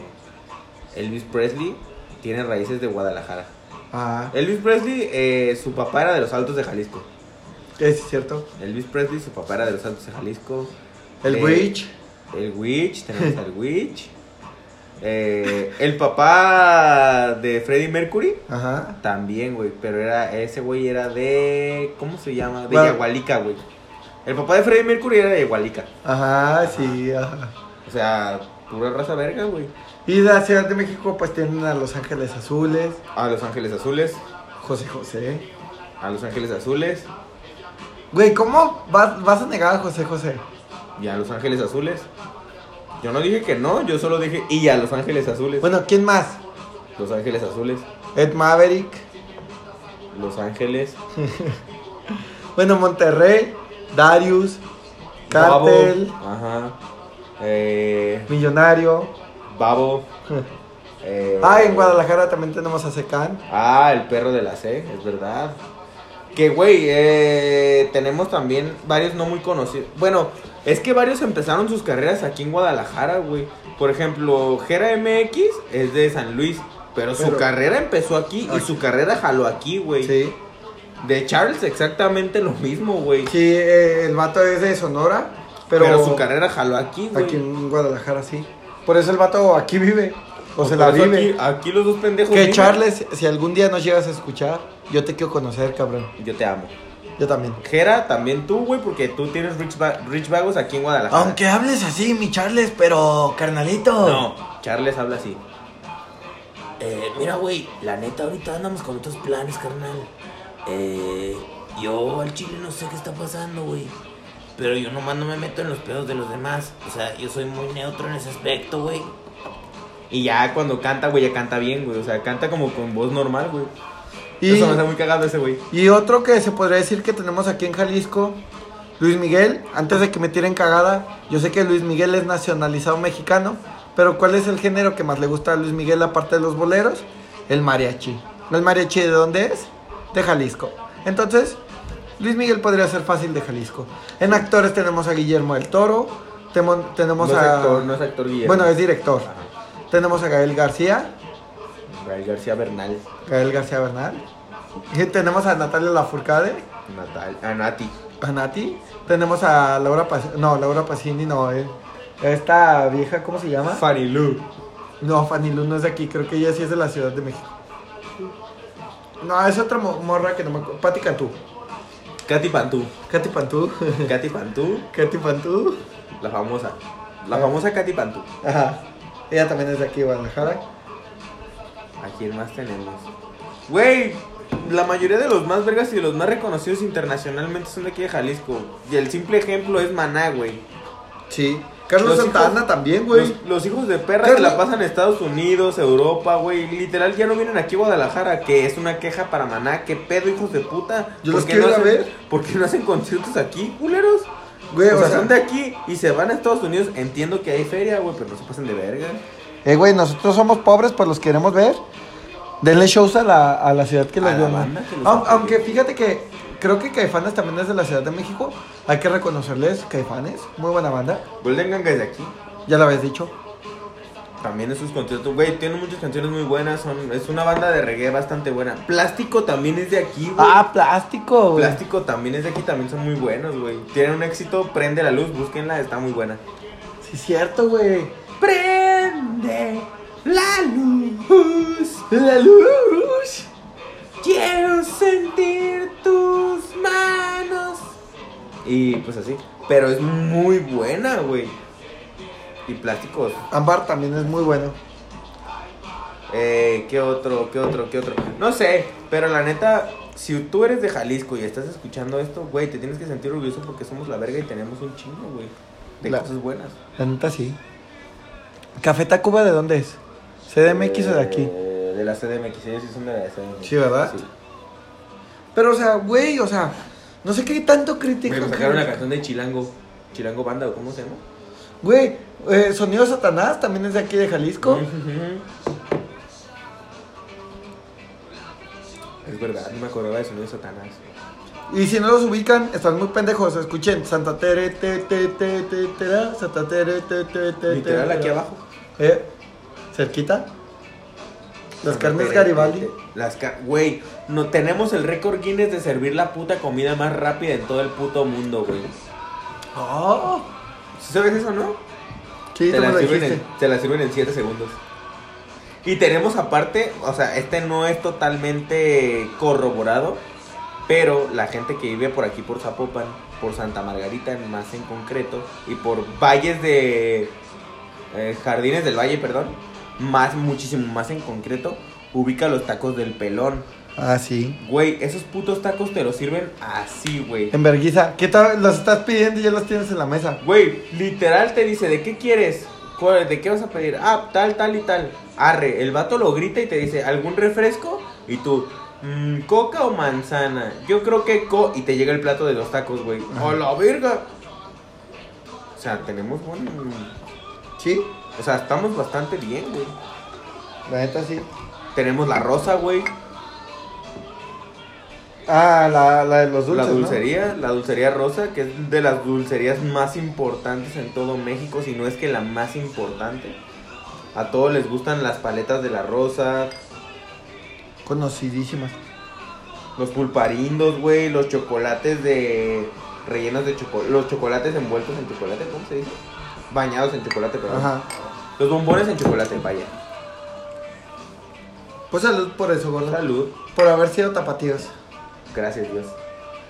B: Elvis Presley tiene raíces de Guadalajara.
A: Ah,
B: Elvis Presley, eh, su papá era de los Altos de Jalisco.
A: es cierto.
B: Elvis Presley, su papá era de los Altos de Jalisco.
A: El
B: Eh,
A: Witch.
B: El Witch, tenemos al Witch. Eh, el papá de Freddie Mercury.
A: Ajá.
B: También, güey, pero era ese güey era de ¿cómo se llama? De
A: Bueno.
B: Yagualica, güey. El papá de Freddie Mercury era de Yagualica.
A: Ajá, sí, ajá.
B: O sea, pura raza verga, güey.
A: Y de la Ciudad de México, pues tienen a Los Ángeles Azules,
B: A Los Ángeles Azules,
A: José José.
B: a Los Ángeles Azules
A: Güey, ¿cómo vas, vas a negar a José José?
B: y a Los Ángeles Azules. Yo no dije que no, yo solo dije y a Los Ángeles Azules.
A: Bueno, ¿quién más?
B: Los Ángeles Azules,
A: Ed Maverick.
B: Los Ángeles,
A: Bueno, Monterrey, Darius,
B: Babo,
A: Cartel,
B: ajá. Eh,
A: Millonario.
B: Babo. eh,
A: Ah, en Guadalajara también tenemos a Secán.
B: Ah, el perro de la C, es verdad. Que, güey, eh, tenemos también varios no muy conocidos. Bueno, es que varios empezaron sus carreras aquí en Guadalajara, güey. Por ejemplo, Gera MX es de San Luis. Pero su
A: Pero-
B: carrera empezó aquí y
A: Aquí.
B: su carrera jaló aquí, güey.
A: Sí.
B: De Charles exactamente lo mismo, güey.
A: Sí, eh, el vato es de Sonora, pero,
B: Pero, su carrera jaló aquí, güey.
A: aquí en Guadalajara sí. Por eso el vato aquí vive, o se la
B: Pues Por eso
A: vive.
B: Aquí, aquí los dos pendejos.
A: Que
B: viven.
A: Charles, si algún día nos llegas a escuchar, yo te quiero conocer, cabrón.
B: Yo te amo.
A: Yo también.
B: Jera, también tú, güey, porque tú tienes Rich, Ba- Rich Vagos aquí en Guadalajara.
A: Aunque hables así, mi Charles, pero carnalito.
B: No, Charles habla así.
E: Eh, mira, güey, la neta, ahorita andamos con otros planes, carnal. Eh, yo al chile no sé qué está pasando, güey. Pero yo nomás no me meto en los pedos de los demás. O sea, yo soy muy neutro en ese aspecto, güey.
B: Y ya cuando canta, güey, ya canta bien, güey. O sea, canta como con voz normal, güey.
A: Y,
B: Eso me está muy cagado ese, güey.
A: y otro que se podría decir que tenemos aquí en Jalisco, Luis Miguel, antes de que me tiren cagada, yo sé que Luis Miguel es nacionalizado mexicano, pero ¿cuál es el género que más le gusta a Luis Miguel aparte de los boleros? El mariachi. ¿El mariachi de dónde es? De Jalisco. Entonces, Luis Miguel podría ser fácil de Jalisco. En actores tenemos a Guillermo del Toro, temo- tenemos
B: no es
A: a...
B: actor, no es actor Guillermo.
A: Bueno, es director.
B: Ajá.
A: Tenemos a Gael García,
B: Gael García Bernal,
A: Gael García Bernal. Y tenemos a Natalia Lafourcade,
B: Natal, ah, a Nati.
A: a Nati. Tenemos a Laura Pacini, no, Laura Pacini no, eh. Esta vieja, ¿cómo se llama?
B: Fanny Lu.
A: no, Fanny Lu no es de aquí, creo que ella sí es de la Ciudad de México. No, es otra mo- morra que no me acuerdo. Pati Cantú.
B: Katy Pantú.
A: Katy Pantú.
B: Katy Pantú,
A: Katy Pantú.
B: la famosa. La famosa Katy Pantú.
A: Ajá. Ella también es de aquí, Guadalajara.
B: ¿A quién más tenemos? Güey, la mayoría de los más vergas y de los más reconocidos internacionalmente son de aquí de Jalisco. Y el simple ejemplo es Maná, güey.
A: Sí. Carlos
B: Los
A: Santana
B: hijos-
A: también, güey.
B: Los, los hijos de perra
A: Carlos-
B: se la pasan a Estados Unidos, Europa, güey. Literal, ya no vienen aquí a Guadalajara, que es una queja para Maná. ¿Qué pedo, hijos de puta?
A: Yo
B: ¿Por
A: los
B: qué
A: quiero
B: no
A: ir a
B: hacen-
A: ver.
B: ¿Por qué no hacen conciertos aquí, culeros?
A: Güey,
B: o,
A: o
B: sea,
A: sea-
B: son de aquí y se van a Estados Unidos. Entiendo que hay feria, güey, pero no se pasen de verga.
A: Eh, güey, nosotros somos pobres, pues los queremos ver. Denle shows a la, a la ciudad que
B: A
A: los
B: la
A: vio más.
B: banda que los
A: Au-
B: apoye.
A: Aunque fíjate que creo que Caifanes también es de la Ciudad de México. Hay que reconocerles, Caifanes, muy buena banda.
B: Golden Ganga es de aquí.
A: Ya lo habías dicho.
B: También esos conciertos, güey, tienen muchas canciones muy buenas. Son, es una banda de reggae bastante buena. Plástico también es de aquí, güey.
A: Ah, plástico, güey.
B: Plástico también es de aquí, también son muy buenos, güey. Tienen un éxito, prende la luz, búsquenla, está muy buena.
A: Sí, cierto, güey.
B: Prende la luz, la luz. Quiero sentir tus manos. Y pues así. Pero es muy buena, güey. Y plásticos.
A: Ámbar también es muy bueno.
B: Eh, ¿Qué otro? ¿Qué otro? ¿Qué otro? No sé, pero la neta, si tú eres de Jalisco y estás escuchando esto, güey, te tienes que sentir orgulloso porque somos la verga y tenemos un chingo, güey. De
A: La-
B: cosas buenas.
A: La neta sí. Café Tacuba, ¿de dónde es? ¿CDMX o de aquí?
B: Eh, de la CDMX, ellos sí son de la CDMX.
A: Sí, ¿verdad?
B: Sí.
A: Pero, o sea, güey, o sea, no sé qué tanto
B: Güey,
A: critican.
B: me sacaron la canción de Chilango. Chilango Banda, ¿o cómo se llama?
A: Güey, eh, Sonido Satanás también es de aquí de Jalisco.
B: Es verdad, no me acordaba de sonido de Satanás.
A: Y si no los ubican, están muy pendejos. Escuchen, Santa Tere, te, te, te, te, te, ra, Santa Tere, te, te, te, te,
B: Literal,
A: ra.
B: aquí abajo.
A: Eh, cerquita. Las carnes Garibaldi.
B: Las car- Güey, no, tenemos el récord Guinness de servir la puta comida más rápida en todo el puto mundo, güey.
A: Oh,
B: ¿Sí sabes eso, no?
A: sí,
B: te
A: tú me
B: la
A: lo
B: sirven
A: dijiste.
B: en, te la sirven en 7 segundos. Y tenemos aparte, o sea, este no es totalmente corroborado, pero la gente que vive por aquí, por Zapopan, por Santa Margarita más en concreto, y por valles de... eh, jardines del Valle, perdón, más, muchísimo más en concreto, ubica los tacos del pelón.
A: Ah, sí.
B: Güey, esos putos tacos te los sirven así, güey.
A: En Berguiza. ¿Qué tal? Los estás pidiendo y ya los tienes en la mesa.
B: Güey, literal te dice, ¿de qué quieres? ¿Cuál- ¿De qué vas a pedir? Ah, tal, tal y tal. Arre, el vato lo grita y te dice, ¿algún refresco? Y tú, "Mm, ¿coca o manzana? Yo creo que co... Y te llega el plato de los tacos, güey. ¡A la verga! O sea, tenemos buen...
A: Sí,
B: O sea, estamos bastante bien, güey.
A: la neta sí.
B: Tenemos la rosa, güey.
A: Ah, la, la de los dulces.
B: La
A: ¿no?
B: dulcería, la dulcería rosa, que es de las dulcerías más importantes en todo México, si no es que la más importante. A todos les gustan las paletas de la rosa,
A: Conocidísimas.
B: los pulparindos, güey, los chocolates de rellenos de chocolate, los chocolates envueltos en chocolate, ¿cómo se dice? Bañados en chocolate, perdón.
A: Ajá.
B: Los bombones en chocolate, vaya.
A: Pues salud por eso, gordo.
B: Salud.
A: Por haber sido tapatíos.
B: Gracias, Dios.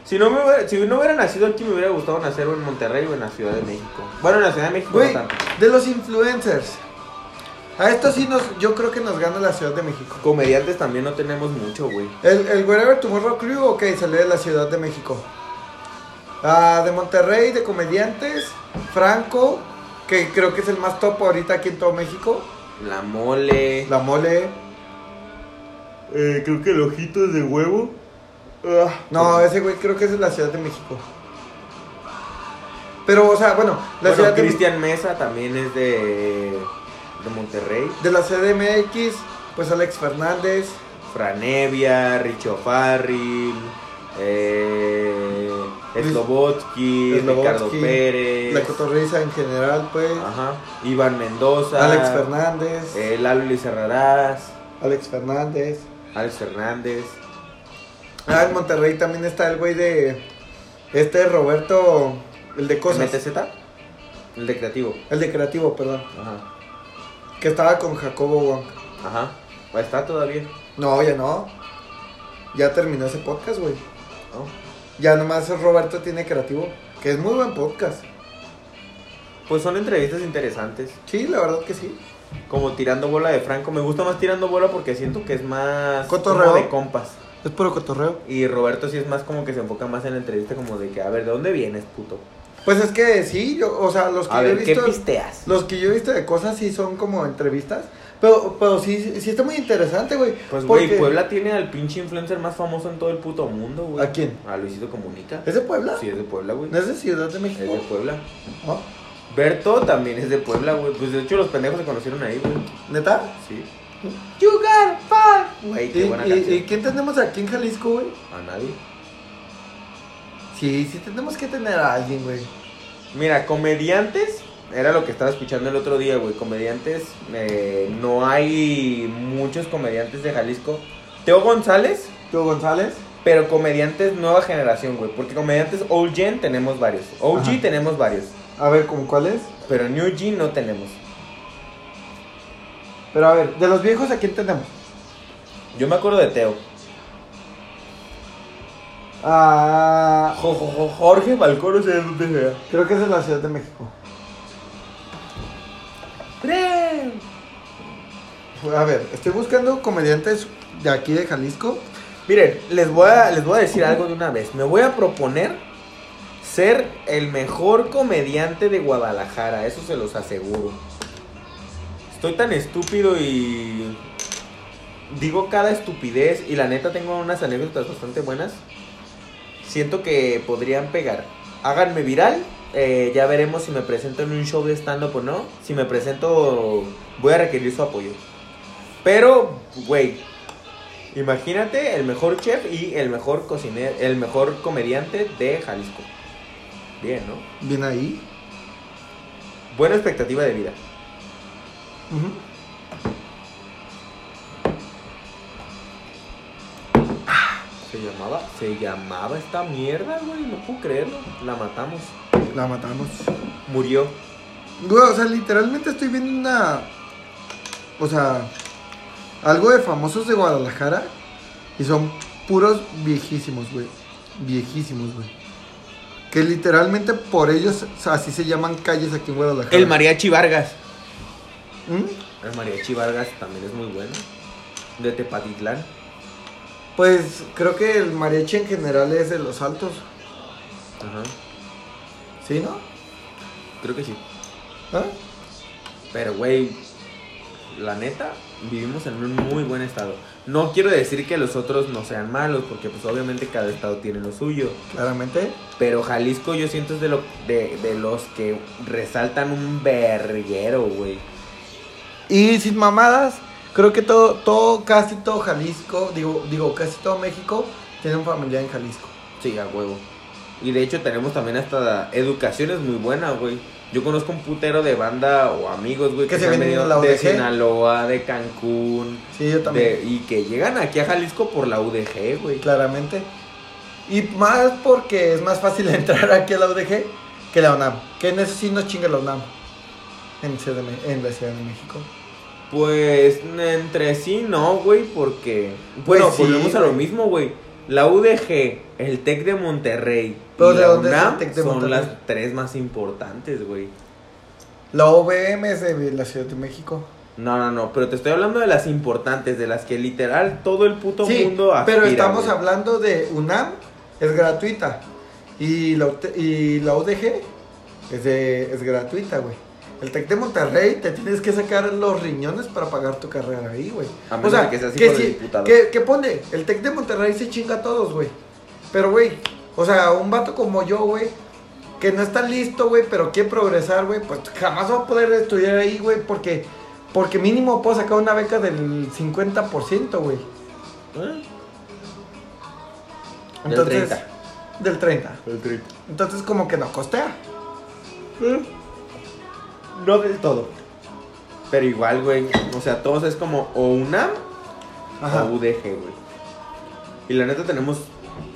B: Si no, me hubiera, si no hubiera nacido aquí, me hubiera gustado nacer o en Monterrey o en la Ciudad de México. Bueno, en la Ciudad de México
A: Güey,
B: no tanto.
A: de los influencers. A esto sí nos, yo creo que nos gana la Ciudad de México.
B: Comediantes también no tenemos mucho, güey.
A: El, el Wherever Tomorrow Crew, ok, salió de la Ciudad de México. Ah, de Monterrey, de comediantes, Franco, que creo que es el más top ahorita aquí en todo México.
B: La mole.
A: La mole.
C: Eh, creo que el ojito es de huevo. Ah.
A: No, ese güey creo que es de la Ciudad de México. Pero, o sea, bueno, la
B: bueno,
A: Ciudad de México.
B: Cristian Mesa también es de, de Monterrey.
A: De la CDMX, pues Alex Fernández.
B: Franevia, Richo Farril, eh,
A: Slobodsky,
B: Slobotsky, Ricardo Pérez.
A: La cotorriza en general, pues.
B: Ajá. Iván Mendoza.
A: Alex Fernández.
B: Ah. eh, Lalo Lizarrarás.
A: Alex Fernández.
B: Alex Fernández.
A: Ah, en Monterrey también está el güey de. Este Roberto. El de cosas.
B: ¿MTZ? El de creativo.
A: El de creativo, perdón.
B: Ajá.
A: Que estaba con Jacobo Wong.
B: Ajá. Ahí Está todavía.
A: No, ya no. Ya terminó ese podcast, güey.
B: ¿no?
A: Ya nomás Roberto tiene creativo. Que es muy buen podcast.
B: Pues son entrevistas interesantes.
A: Sí, la verdad que sí.
B: Como tirando bola de Franco. Me gusta más tirando bola porque siento que es más
A: Cotorreo.
B: como de compas.
A: Es puro cotorreo.
B: Y Roberto sí es más como que se enfoca más en la entrevista como de que, a ver, ¿de dónde vienes, puto?
A: Pues es que sí, yo, o sea, los que
B: A
A: yo he
B: ver, ¿qué
A: visto.
B: pisteas?
A: Los que yo he visto de cosas sí son como entrevistas. Pero, pero sí, sí está muy interesante, güey.
B: Pues, güey,
A: Porque-
B: Puebla tiene al pinche influencer más famoso en todo el puto mundo, güey.
A: ¿A quién?
B: A Luisito Comunica.
A: ¿Es de Puebla?
B: Sí, es de Puebla, güey.
A: ¿No es de Ciudad de
B: Es
A: México?
B: de Puebla.
A: ¿No?
B: Berto también es de Puebla, güey. Pues de hecho los pendejos se conocieron ahí, güey.
A: ¿Neta?
B: Sí.
A: You got five.
B: Güey,
A: ¿Y,
B: qué buena
A: y-
B: canción.
A: y quién tenemos aquí en Jalisco, güey?
B: A nadie.
A: Sí, sí tenemos que tener a alguien, güey.
B: Mira, comediantes, era lo que estaba escuchando el otro día, güey. Comediantes, eh, no hay muchos comediantes de Jalisco. Teo González,
A: ¿Tú, González?
B: pero comediantes nueva generación, güey. Porque comediantes old gen tenemos varios. OG
A: Ajá.
B: tenemos varios.
A: A ver, ¿cómo cuál es?
B: Pero New Gen no tenemos.
A: Pero a ver, de los viejos, ¿a quién tenemos?
B: Yo me acuerdo de Teo.
A: Ah,
B: Jo- jo- jo- Jorge Balcón, o sea, donde sea.
A: creo que es de la Ciudad de México. A ver, estoy buscando comediantes de aquí de Jalisco.
B: Miren, les voy, a, les voy a decir algo de una vez. Me voy a proponer ser el mejor comediante de Guadalajara, eso se los aseguro. Estoy tan estúpido y digo cada estupidez y la neta tengo unas anécdotas bastante buenas. Siento que podrían pegar. Háganme viral. eh, ya veremos si me presento en un show de stand-up o no. Si me presento, voy a requerir su apoyo. Pero, güey, Imagínate el mejor chef y el mejor cocinero, el mejor comediante de Jalisco. Bien, ¿no?
A: Bien ahí.
B: Buena expectativa de vida. Se llamaba, se llamaba esta mierda, güey, no puedo creerlo. La matamos.
A: La matamos.
B: Murió.
A: Güey, o sea, literalmente estoy viendo una. O sea, algo de famosos de Guadalajara. Y son puros viejísimos, güey. Viejísimos, güey. Que literalmente por ellos o sea, así se llaman calles aquí en Guadalajara.
B: El mariachi Vargas.
A: ¿Mm?
B: El mariachi Vargas también es muy bueno. De Tepatitlán.
A: Pues creo que el mariachi en general es de los altos.
B: Ajá.
A: ¿Sí, no?
B: Creo que sí.
A: ¿Ah?
B: Pero, güey, la neta, vivimos en un muy buen estado. No quiero decir que los otros no sean malos, porque pues obviamente cada estado tiene lo suyo.
A: Claramente.
B: Pero Jalisco yo siento es de, lo, de, de los que resaltan un verguero, güey.
A: Y sin mamadas, creo que todo, todo, casi todo Jalisco, digo, digo, casi todo México tiene un familiar en Jalisco.
B: Sí, a huevo. Y de hecho tenemos también hasta educación es muy buena, güey. Yo conozco un putero de banda o amigos, güey,
A: Que se
B: han
A: vienen
B: venido
A: a la
B: de
A: UDG.
B: Sinaloa, de Cancún,
A: Sí, yo también.
B: de- y que llegan aquí a Jalisco por la UDG, güey.
A: Claramente. Y más porque es más fácil entrar aquí a la UDG que la UNAM. Que en eso sí nos chinga la UNAM. En, Ciudad de Me- en la Ciudad de México.
B: Pues entre sí no, güey, porque bueno,
A: Pues sí,
B: volvemos a lo
A: güey.
B: mismo, güey. La UDG, el Tec de Monterrey
A: Pero
B: y
A: ¿de
B: la
A: dónde es el
B: UNAM
A: Tec de
B: son
A: Monterrey?
B: las tres más importantes, güey.
A: La OVM es de la Ciudad de México.
B: No, no, no, pero te estoy hablando de las importantes, de las que literal todo el puto
A: sí,
B: mundo aspira.
A: pero estamos
B: güey.
A: hablando de UNAM, es gratuita. Y la, UT- y la UDG es, de, es gratuita, güey. El TEC de Monterrey te tienes que sacar los riñones para pagar tu carrera ahí, güey.
B: A
A: O
B: menos
A: sea,
B: de que seas
A: que,
B: hijo de
A: sí-
B: diputado.
A: que, que pone, el TEC de Monterrey se chinga a todos, güey. Pero, güey, o sea, un vato como yo, güey, que no está listo, güey, pero quiere progresar, güey, pues jamás va a poder estudiar ahí, güey, porque, porque mínimo puedo sacar una beca del 50%, güey.
B: Ah, Del 30.
A: Del 30. Entonces como que no costea.
B: No del todo. Pero igual, güey, o sea, todos es como o UNAM
A: Ajá.
B: o UDG, güey. Y la neta tenemos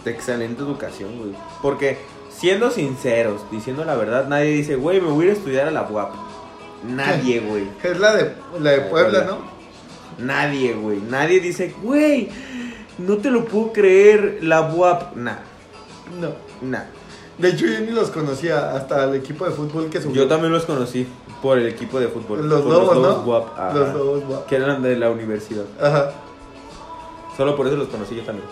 B: excelente educación, güey. Porque, siendo sinceros, diciendo la verdad, nadie dice, güey, me voy a ir a estudiar a la UAP. Nadie, güey.
A: Es la de, la de
B: Ay,
A: Puebla,
B: Puebla.
A: ¿no?
B: Nadie, güey. Nadie dice, güey, no te lo puedo creer, la UAP. Nah,
A: No.
B: nah.
A: De hecho yo ni los conocía hasta el equipo de fútbol que subió.
B: Yo también los conocí por el equipo de fútbol.
A: Los
B: por
A: lobos,
B: los
A: ¿no?
B: Lobos UAP, ajá,
A: Los lobos guapos.
B: Que eran de la universidad.
A: Ajá.
B: Solo por eso los conocí yo también.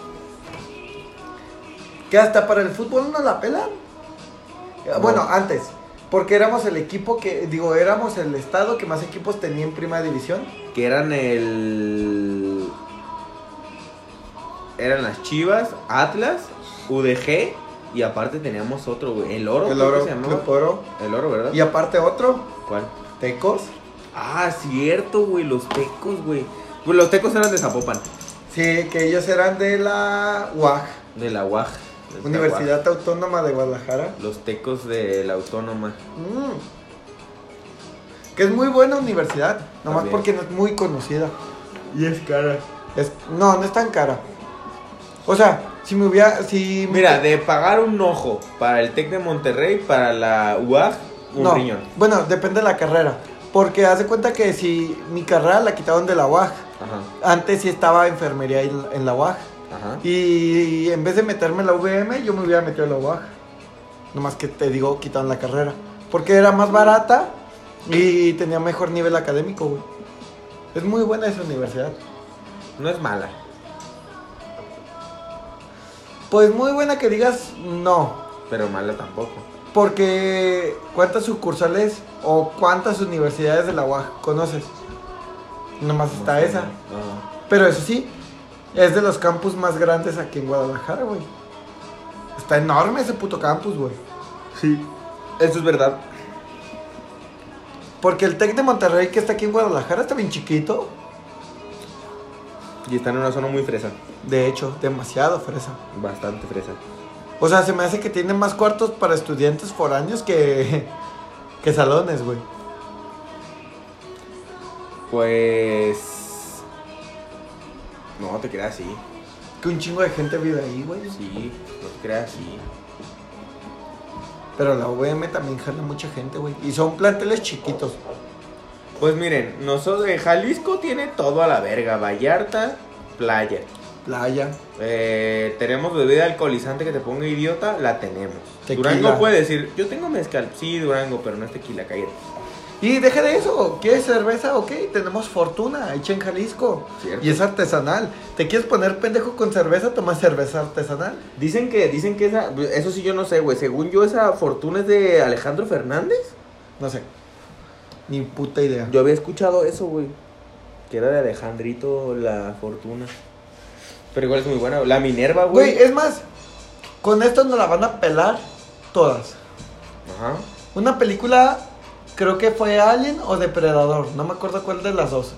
A: Que hasta para el fútbol no la pelan. Eh,
B: No.
A: Bueno, antes. Porque éramos el equipo que, digo, éramos el estado que más equipos tenía en primera división.
B: Que eran el. Eran las Chivas, Atlas, UDG. Y aparte teníamos otro, güey. El oro,
A: El
B: creo que
A: oro,
B: se llamaba.
A: Club Oro.
B: El oro, ¿verdad?
A: Y aparte otro,
B: ¿Cuál?
A: Tecos.
B: Ah, cierto, güey. Los tecos, güey. Pues los tecos eran de Zapopan.
A: Sí, que ellos eran de la UAG,
B: De la UAG. de la
A: Universidad Autónoma de Guadalajara.
B: UAG. Los tecos de la Autónoma.
A: Mm. Que es muy buena universidad, nomás
B: También.
A: porque no es muy conocida.
B: Y es cara.
A: Es, no, no es tan cara. O sea, si me hubiera. Si me-
B: Mira, de pagar un ojo para el Tec de Monterrey, para la UAG, un
A: no.
B: riñón.
A: Bueno, depende de la carrera. Porque hace cuenta que si mi carrera la quitaron de la UAG,
B: Ajá,
A: antes sí estaba enfermería en, en la UAG.
B: ajá.
A: Y, en vez de meterme en la VM, yo me hubiera metido en la UAG. Nomás que te digo, quitaron la carrera. Porque era más barata y tenía mejor nivel académico, güey. Es muy buena esa universidad.
B: No es mala.
A: Pues muy buena que digas no.
B: Pero mala tampoco.
A: Porque ¿cuántas sucursales o cuántas universidades de la UAG conoces? Nomás
B: No
A: está
B: sé,
A: esa.
B: no.
A: Pero eso sí, es de los campus más grandes aquí en Guadalajara, güey. Está enorme ese puto campus, güey.
B: Sí. Eso es verdad.
A: Porque el TEC de Monterrey que está aquí en Guadalajara está bien chiquito.
B: Y está en una zona muy fresa.
A: De hecho, demasiado fresa.
B: Bastante fresa.
A: O sea, se me hace que tiene más cuartos para estudiantes foráneos que, que salones, güey.
B: Pues. No, te creas así.
A: Que un chingo de gente vive ahí, güey.
B: Sí, no te creas así.
A: Pero la UVM también jala mucha gente, güey. Y son planteles chiquitos.
B: Pues miren, nosotros. eh, Jalisco tiene todo a la verga. Vallarta, playa.
A: Playa.
B: Eh, tenemos bebida alcoholizante que te ponga idiota, la tenemos.
A: Tequila.
B: Durango puede decir, yo tengo mezcal, sí, Durango, pero no es tequila, cállate.
A: Y deja de eso. ¿Quieres cerveza? Ok, tenemos fortuna. Hecha en Jalisco.
B: Cierto.
A: Y es artesanal. ¿Te quieres poner pendejo con cerveza? Toma cerveza artesanal.
B: Dicen que, dicen que esa, eso sí yo no sé, güey, según yo esa fortuna es de Alejandro Fernández.
A: No sé. Ni puta idea.
B: Yo había escuchado eso, güey, que era de Alejandrito la fortuna. Pero igual es muy buena, la Minerva, güey.
A: Güey, es más, con esto nos la van a pelar todas.
B: Ajá.
A: Una película, creo que fue Alien o Depredador, no me acuerdo cuál de las dos.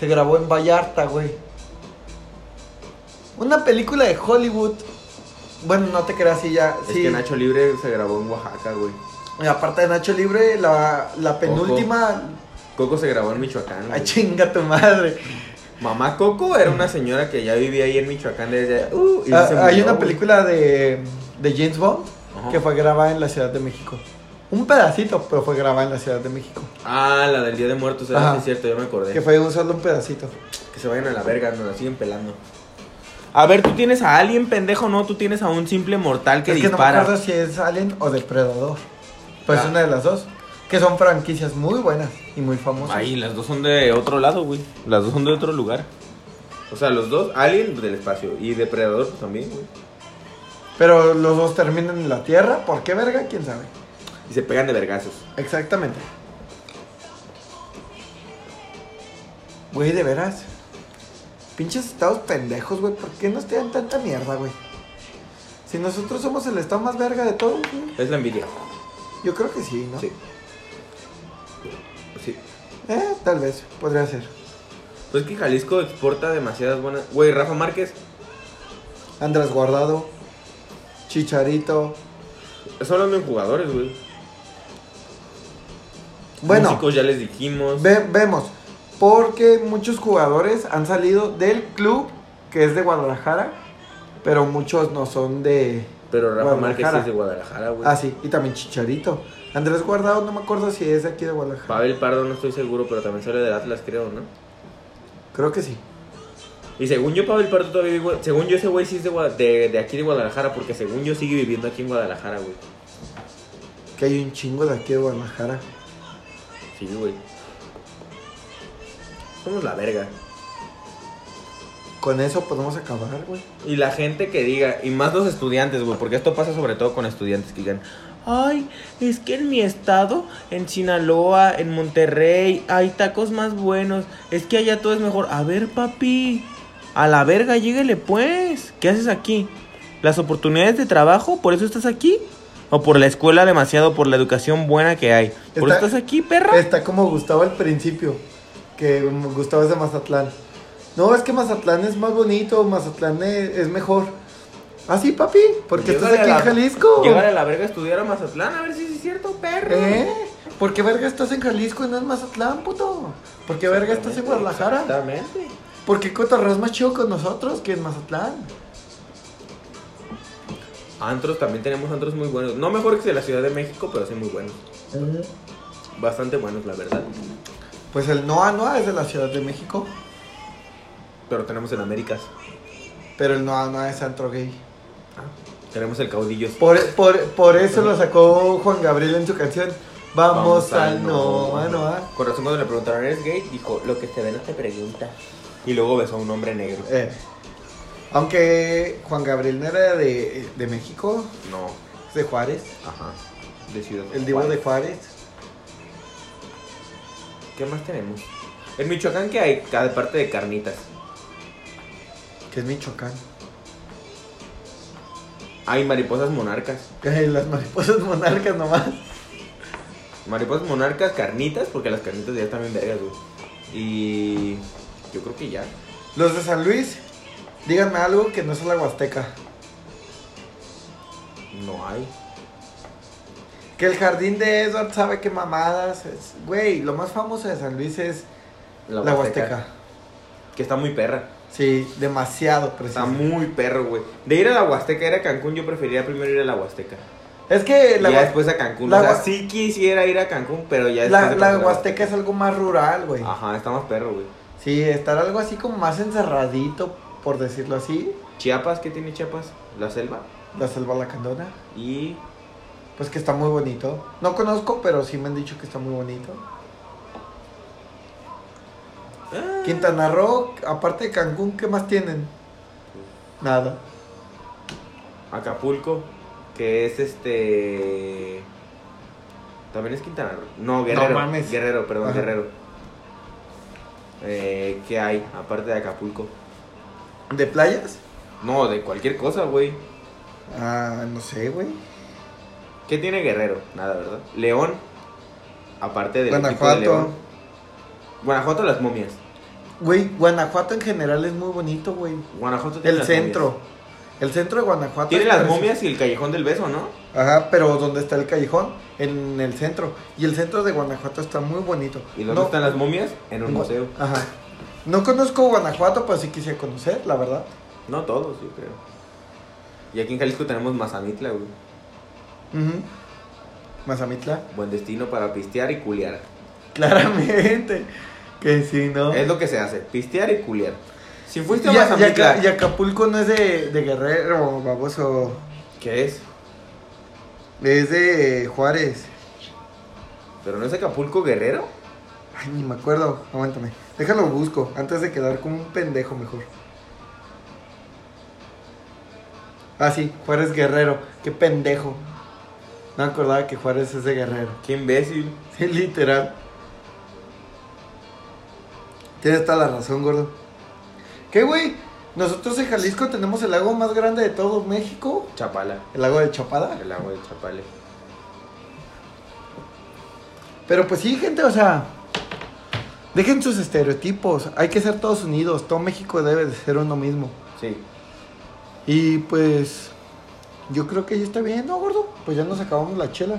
A: Se grabó en Vallarta, güey. Una película de Hollywood. Bueno, no te creas si ya.
B: Es
A: sí.
B: que Nacho Libre se grabó en Oaxaca, güey.
A: La parte de Nacho Libre, la, la penúltima.
B: Coco se grabó en Michoacán.
A: Ay,
B: güey.
A: chinga tu madre.
B: Mamá Coco era una señora que ya vivía ahí en Michoacán desde. Uh, y se
A: Ah, hay
B: murió,
A: una
B: güey.
A: película de, de James Bond
B: Ajá.
A: que fue grabada en la Ciudad de México. Un pedacito, pero fue grabada en la Ciudad de México.
B: Ah, la del Día de Muertos, era
A: Ajá.
B: sí es cierto, yo me acordé.
A: Que fue un solo un pedacito.
B: Que se vayan a la verga, nos la siguen pelando.
C: A ver, tú tienes a alguien pendejo, no, tú tienes a un simple mortal que
A: es que no me
C: dispara.
A: acuerdo si es Alien o Depredador. Pues
B: Ah.
A: una de las dos. Que son franquicias muy buenas y muy famosas.
C: Ay, las dos son de otro lado, güey. Las dos son de otro lugar.
B: O sea, los dos, Alien del espacio y Depredador pues, también, güey.
A: Pero los dos terminan en la Tierra. ¿Por qué verga? ¿Quién sabe?
B: Y se pegan de vergazos.
A: Exactamente. Güey, de veras. Pinches estados pendejos, güey. ¿Por qué nos tiran tanta mierda, güey? Si nosotros somos el estado más verga de todo, güey.
B: Es la envidia.
A: Yo creo que sí, ¿no?
B: Sí. Sí.
A: Eh, tal vez. Podría ser.
B: Pues es que Jalisco exporta demasiadas buenas. Güey, Rafa Márquez,
A: Andrés Guardado. Chicharito.
B: es hablando en jugadores, güey.
A: Bueno.
B: Músicos ya les dijimos.
A: Ve- vemos, porque muchos jugadores han salido del club que es de Guadalajara, pero muchos no son de.
B: Pero Rafa Márquez
A: Guadalajara.
B: es de Guadalajara, güey.
A: Ah, sí, y también Chicharito. Andrés Guardado, no me acuerdo si es de aquí de Guadalajara.
B: Pavel Pardo no estoy seguro, pero también sale del Atlas, creo, ¿no?
A: Creo que sí.
B: Y según yo, Pavel Pardo todavía vive. en Gua- Según yo, ese güey sí es de, Gua- de, de aquí de Guadalajara, porque según yo sigue viviendo aquí en Guadalajara, güey.
A: Que hay un chingo de aquí de Guadalajara.
B: Sí, güey. Somos la verga.
A: Con eso podemos acabar, güey.
B: Y la gente que diga, y más los estudiantes, güey, porque esto pasa sobre todo con estudiantes que digan,
C: Ay, es que en mi estado, en Sinaloa, en Monterrey, hay tacos más buenos. Es que allá todo es mejor. A ver, papi, a la verga, llégale pues. ¿Qué haces aquí? ¿Las oportunidades de trabajo? ¿Por eso estás aquí? ¿O por la escuela demasiado, por la educación buena que hay? ¿Por eso
A: Está-
C: estás aquí, perra?
A: Está como Gustavo al principio, que Gustavo es de Mazatlán. No, es que Mazatlán es más bonito, Mazatlán e, es, es mejor. Ah, sí, papi, porque estás aquí
B: Llégale Pues a
A: en
B: la-
A: Jalisco.
B: llegar a la verga a estudiar a Mazatlán, a ver si es cierto, perro.
A: ¿Eh? ¿Por qué verga estás en Jalisco y no en Mazatlán, puto? ¿Por qué verga estás en Guadalajara?
B: Exactamente.
A: ¿Por qué cotorreas más chido con nosotros que en Mazatlán?
B: Antros, también tenemos antros muy buenos. No mejores que la Ciudad de México, pero sí muy buenos. Bastante buenos, la verdad.
A: Pues el Noa Noa es de la Ciudad de México,
B: Pero tenemos el Américas.
A: pero el Noa Noa es antro gay.
B: Tenemos el Caudillos.
A: Por, por, por eso lo sacó Juan Gabriel en su canción. Vamos, al ¿ah? Noa Noa.
B: Con razón cuando le preguntaron, ¿eres gay? Dijo, lo que te ve no te pregunta. Y luego besó a un hombre negro.
A: Eh, Aunque Juan Gabriel no era de, de México,
B: No.
A: es de Juárez,
B: Ajá. De Ciudad
A: el divo de
B: Juárez.
A: Juárez.
B: ¿Qué más tenemos? En Michoacán, que hay? Cada parte de carnitas.
A: Que es Michoacán.
B: Hay mariposas monarcas.
A: Ay, Las mariposas monarcas nomás.
B: Mariposas monarcas, carnitas, porque las carnitas ya están bien vergas, güey. Y. Yo creo que ya.
A: Los de San Luis, díganme algo que no es la Huasteca.
B: No hay.
A: Que el jardín de Edward sabe qué mamadas. es- Güey, lo más famoso de San Luis es la, Huasteca.
B: Que está muy perra.
A: Sí, demasiado
B: Está
A: precioso.
B: muy perro, güey. De ir a la Huasteca, ir a Cancún, yo preferiría primero ir a la Huasteca.
A: Es que
B: Y
A: la,
B: ya
A: Hua-
B: después a Cancún.
A: la
B: o sea,
A: Hua-
B: sí quisiera ir a Cancún, pero ya
A: la-
B: después de
A: la
B: Cancún,
A: Huasteca es algo más rural, güey.
B: Ajá, está más perro, güey.
A: Sí, estar algo así como más encerradito, por decirlo así.
B: Chiapas, ¿qué tiene Chiapas? La selva.
A: La selva lacandona.
B: Y.
A: Pues que está muy bonito. No conozco, pero sí me han dicho que está muy bonito. Ah, Quintana Roo, aparte de Cancún, ¿qué más tienen? Nada.
B: Acapulco, que es este. También es Quintana Roo. No, Guerrero.
A: No mames.
B: Guerrero, perdón,
A: Ajá.
B: Guerrero. Eh, ¿Qué hay aparte de Acapulco?
A: ¿De playas?
B: No, de cualquier cosa, güey.
A: Ah, no sé, güey.
B: ¿Qué tiene Guerrero? Nada, ¿verdad? León, aparte del equipo de
A: Guanajuato.
B: León. Guanajuato, las momias.
A: Güey, Guanajuato en general es muy bonito, güey.
B: Guanajuato tiene
A: El
B: las
A: centro.
B: momias.
A: El centro de Guanajuato.
B: Tiene
A: está
B: las
A: reci-
B: momias y el callejón del beso, ¿no?
A: Ajá, pero donde está el callejón, en el centro. Y el centro de Guanajuato está muy bonito.
B: ¿Y dónde
A: No-
B: están las momias? En un
A: no-
B: museo.
A: Ajá. No conozco Guanajuato, pero sí quisiera conocer, la verdad.
B: No todos, yo creo. Y aquí en Jalisco tenemos Mazamitla, güey.
A: Ujú. Mazamitla.
B: Buen destino para pistear y culiar.
A: Claramente. Que sí, ¿no?
B: Es lo que se hace, pistear y culiar. Si Eh, fuiste
A: Y,
B: a
A: a- y
B: Mazamitla,
A: Aca- y Acapulco no es de, de Guerrero, baboso.
B: ¿qué es?
A: Es de Juárez.
B: ¿Pero no es Acapulco Guerrero?
A: Ay, ni me acuerdo. Aguántame. Déjalo busco antes de quedar como un pendejo mejor. Ah, sí, Juárez Guerrero. Qué pendejo. No me acordaba que Juárez es de Guerrero.
B: Qué imbécil.
A: Sí, literal. Tienes toda la razón, gordo. ¿Qué, güey? Nosotros en Jalisco tenemos el lago más grande de todo México.
B: Chapala,
A: El lago de Chapada.
B: el agua de Chapale.
A: Pero pues sí, gente, o sea, dejen sus estereotipos. Hay que ser todos unidos. Todo México debe de ser uno mismo.
B: Sí.
A: Y pues, yo creo que ya está bien, ¿no, gordo? Pues ya nos acabamos la chela.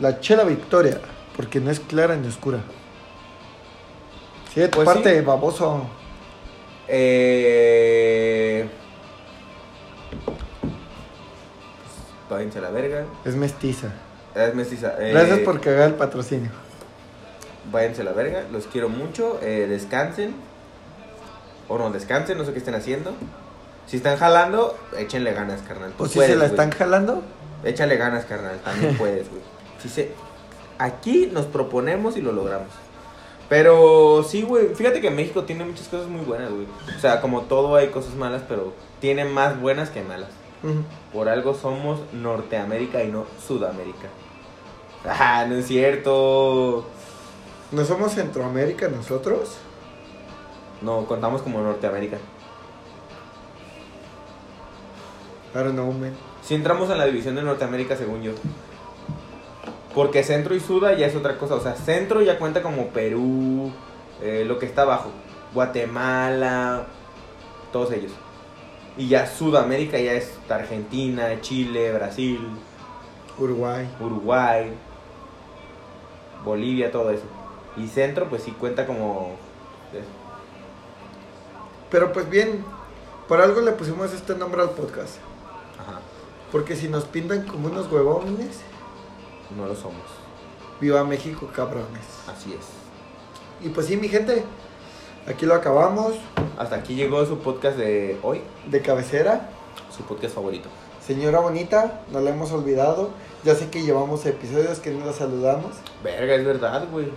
A: La chela victoria, porque no es clara ni oscura. Sí, de tu
B: Pues
A: parte,
B: sí.
A: baboso.
B: Eh... Pues, váyanse a la verga.
A: Es mestiza.
B: Es mestiza. Eh,
A: Gracias por cagar el patrocinio.
B: Váyanse a la verga, los quiero mucho, eh, descansen. O no, descansen, no sé qué estén haciendo. Si están jalando, échenle ganas, carnal. Tú
A: Pues si
B: puedes,
A: se la
B: güey.
A: están jalando,
B: Échale ganas, carnal, también puedes, güey. Si se... Aquí nos proponemos y lo logramos. Pero sí, güey, fíjate que México tiene muchas cosas muy buenas, güey. O sea, como todo hay cosas malas, pero tiene más buenas que malas.
A: ujú,
B: Por algo somos Norteamérica y no Sudamérica. Ah, no es cierto.
A: ¿no somos Centroamérica nosotros?
B: No, contamos como Norteamérica.
A: Claro, no, men.
B: Si entramos en la división de Norteamérica, según yo. Porque centro y suda ya es otra cosa. O sea, centro ya cuenta como Perú, eh, lo que está abajo. Guatemala, todos ellos. Y ya Sudamérica ya es Argentina, Chile, Brasil,
A: Uruguay.
B: Uruguay, Bolivia, todo eso. Y centro pues sí cuenta como...
A: Pero pues bien, por algo le pusimos este nombre al podcast.
B: Ajá,
A: Porque si nos pintan como unos huevones,
B: no lo somos.
A: viva México, cabrones.
B: Así es.
A: Y pues sí, mi gente, aquí lo acabamos
B: Hasta aquí llegó su podcast de hoy,
A: de cabecera.
B: su podcast favorito.
A: Señora bonita, no la hemos olvidado. Ya sé que llevamos episodios que no la saludamos.
B: Verga, es verdad, güey.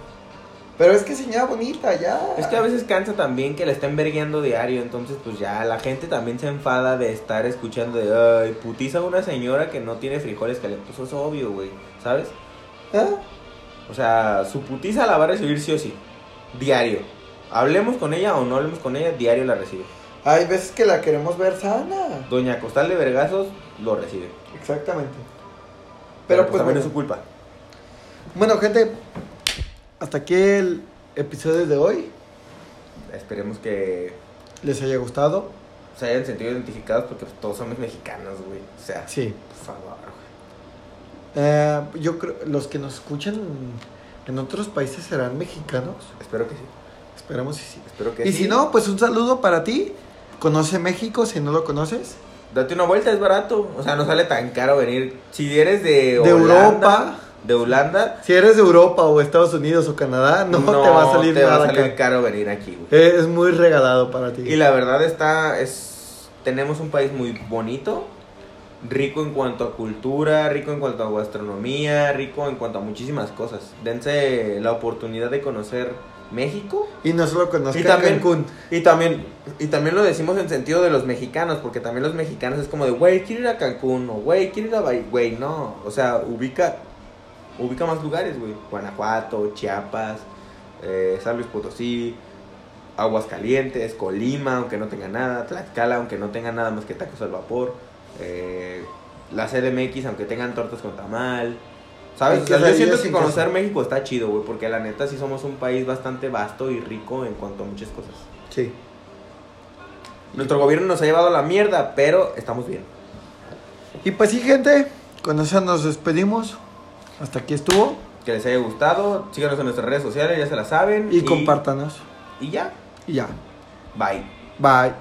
A: Pero es que señora bonita, ya.
B: Es que a veces cansa también que la estén vergueando diario, entonces pues ya la gente también se enfada de estar escuchando de, ay, putiza a una señora que no tiene frijoles que le puso, es obvio, güey, ¿sabes?
A: ¿Eh?
B: O sea, su putiza la va a recibir sí o sí, diario. Hablemos con ella o no hablemos con ella, diario la recibe.
A: Hay veces que la queremos ver sana.
B: Doña Costal de Vergazos lo recibe.
A: Exactamente.
B: Pero,
A: Pero,
B: pues,
A: pues
B: también
A: bueno.
B: es su culpa.
A: Bueno, gente, hasta aquí el episodio de hoy.
B: Esperemos que
A: ¿Les haya gustado?
B: se hayan sentido identificados porque pues, todos somos mexicanos, güey. O sea,
A: Sí.
B: por favor, güey.
A: Eh, yo creo, los que nos escuchan en otros países serán mexicanos.
B: Espero que sí.
A: Esperamos si sí.
B: Espero que
A: Y
B: sí.
A: si no, pues un saludo para ti. Conoce México si no lo conoces.
B: Date una vuelta, es barato. O sea, no sale tan caro venir. Si eres de,
A: De
B: Holanda,
A: Europa.
B: De Holanda.
A: Si eres de Europa o Estados Unidos o Canadá, no, te va a salir
B: te va a
A: nada
B: salir
A: caro.
B: caro venir aquí, güey.
A: Eh, Es muy regalado para ti.
B: Y la verdad está, es, tenemos un país muy bonito, rico en cuanto a cultura, rico en cuanto a gastronomía, rico en cuanto a muchísimas cosas. Dense la oportunidad de conocer México.
A: Y no solo conozca
B: Y también-
A: Cancún.
B: Y también, y también lo decimos en sentido de los mexicanos, porque también los mexicanos es como de, güey, quiero ir a Cancún, o güey, quiero ir a Bali, güey, no. O sea, ubica, ubica más lugares, güey. Guanajuato, Chiapas, eh, San Luis Potosí, Aguascalientes, Colima, aunque no tenga nada, Tlaxcala, aunque no tenga nada más que tacos al vapor, eh, la CDMX, aunque tengan tortas con tamal. ¿Sabes?
A: Hay
B: O sea,
A: que
B: yo
A: salir
B: siento que
A: sin
B: conocer
A: casa.
B: México está chido, güey, porque la neta sí somos un país bastante vasto y rico en cuanto a muchas cosas.
A: Sí.
B: Nuestro gobierno nos ha llevado a la mierda, pero estamos bien.
A: Y pues sí, gente, con eso nos despedimos. Hasta aquí estuvo.
B: Que les haya gustado. Síganos en nuestras redes sociales, ya se la saben.
A: Y compártanos.
B: Y ya.
A: Y ya.
B: Bye.
A: Bye.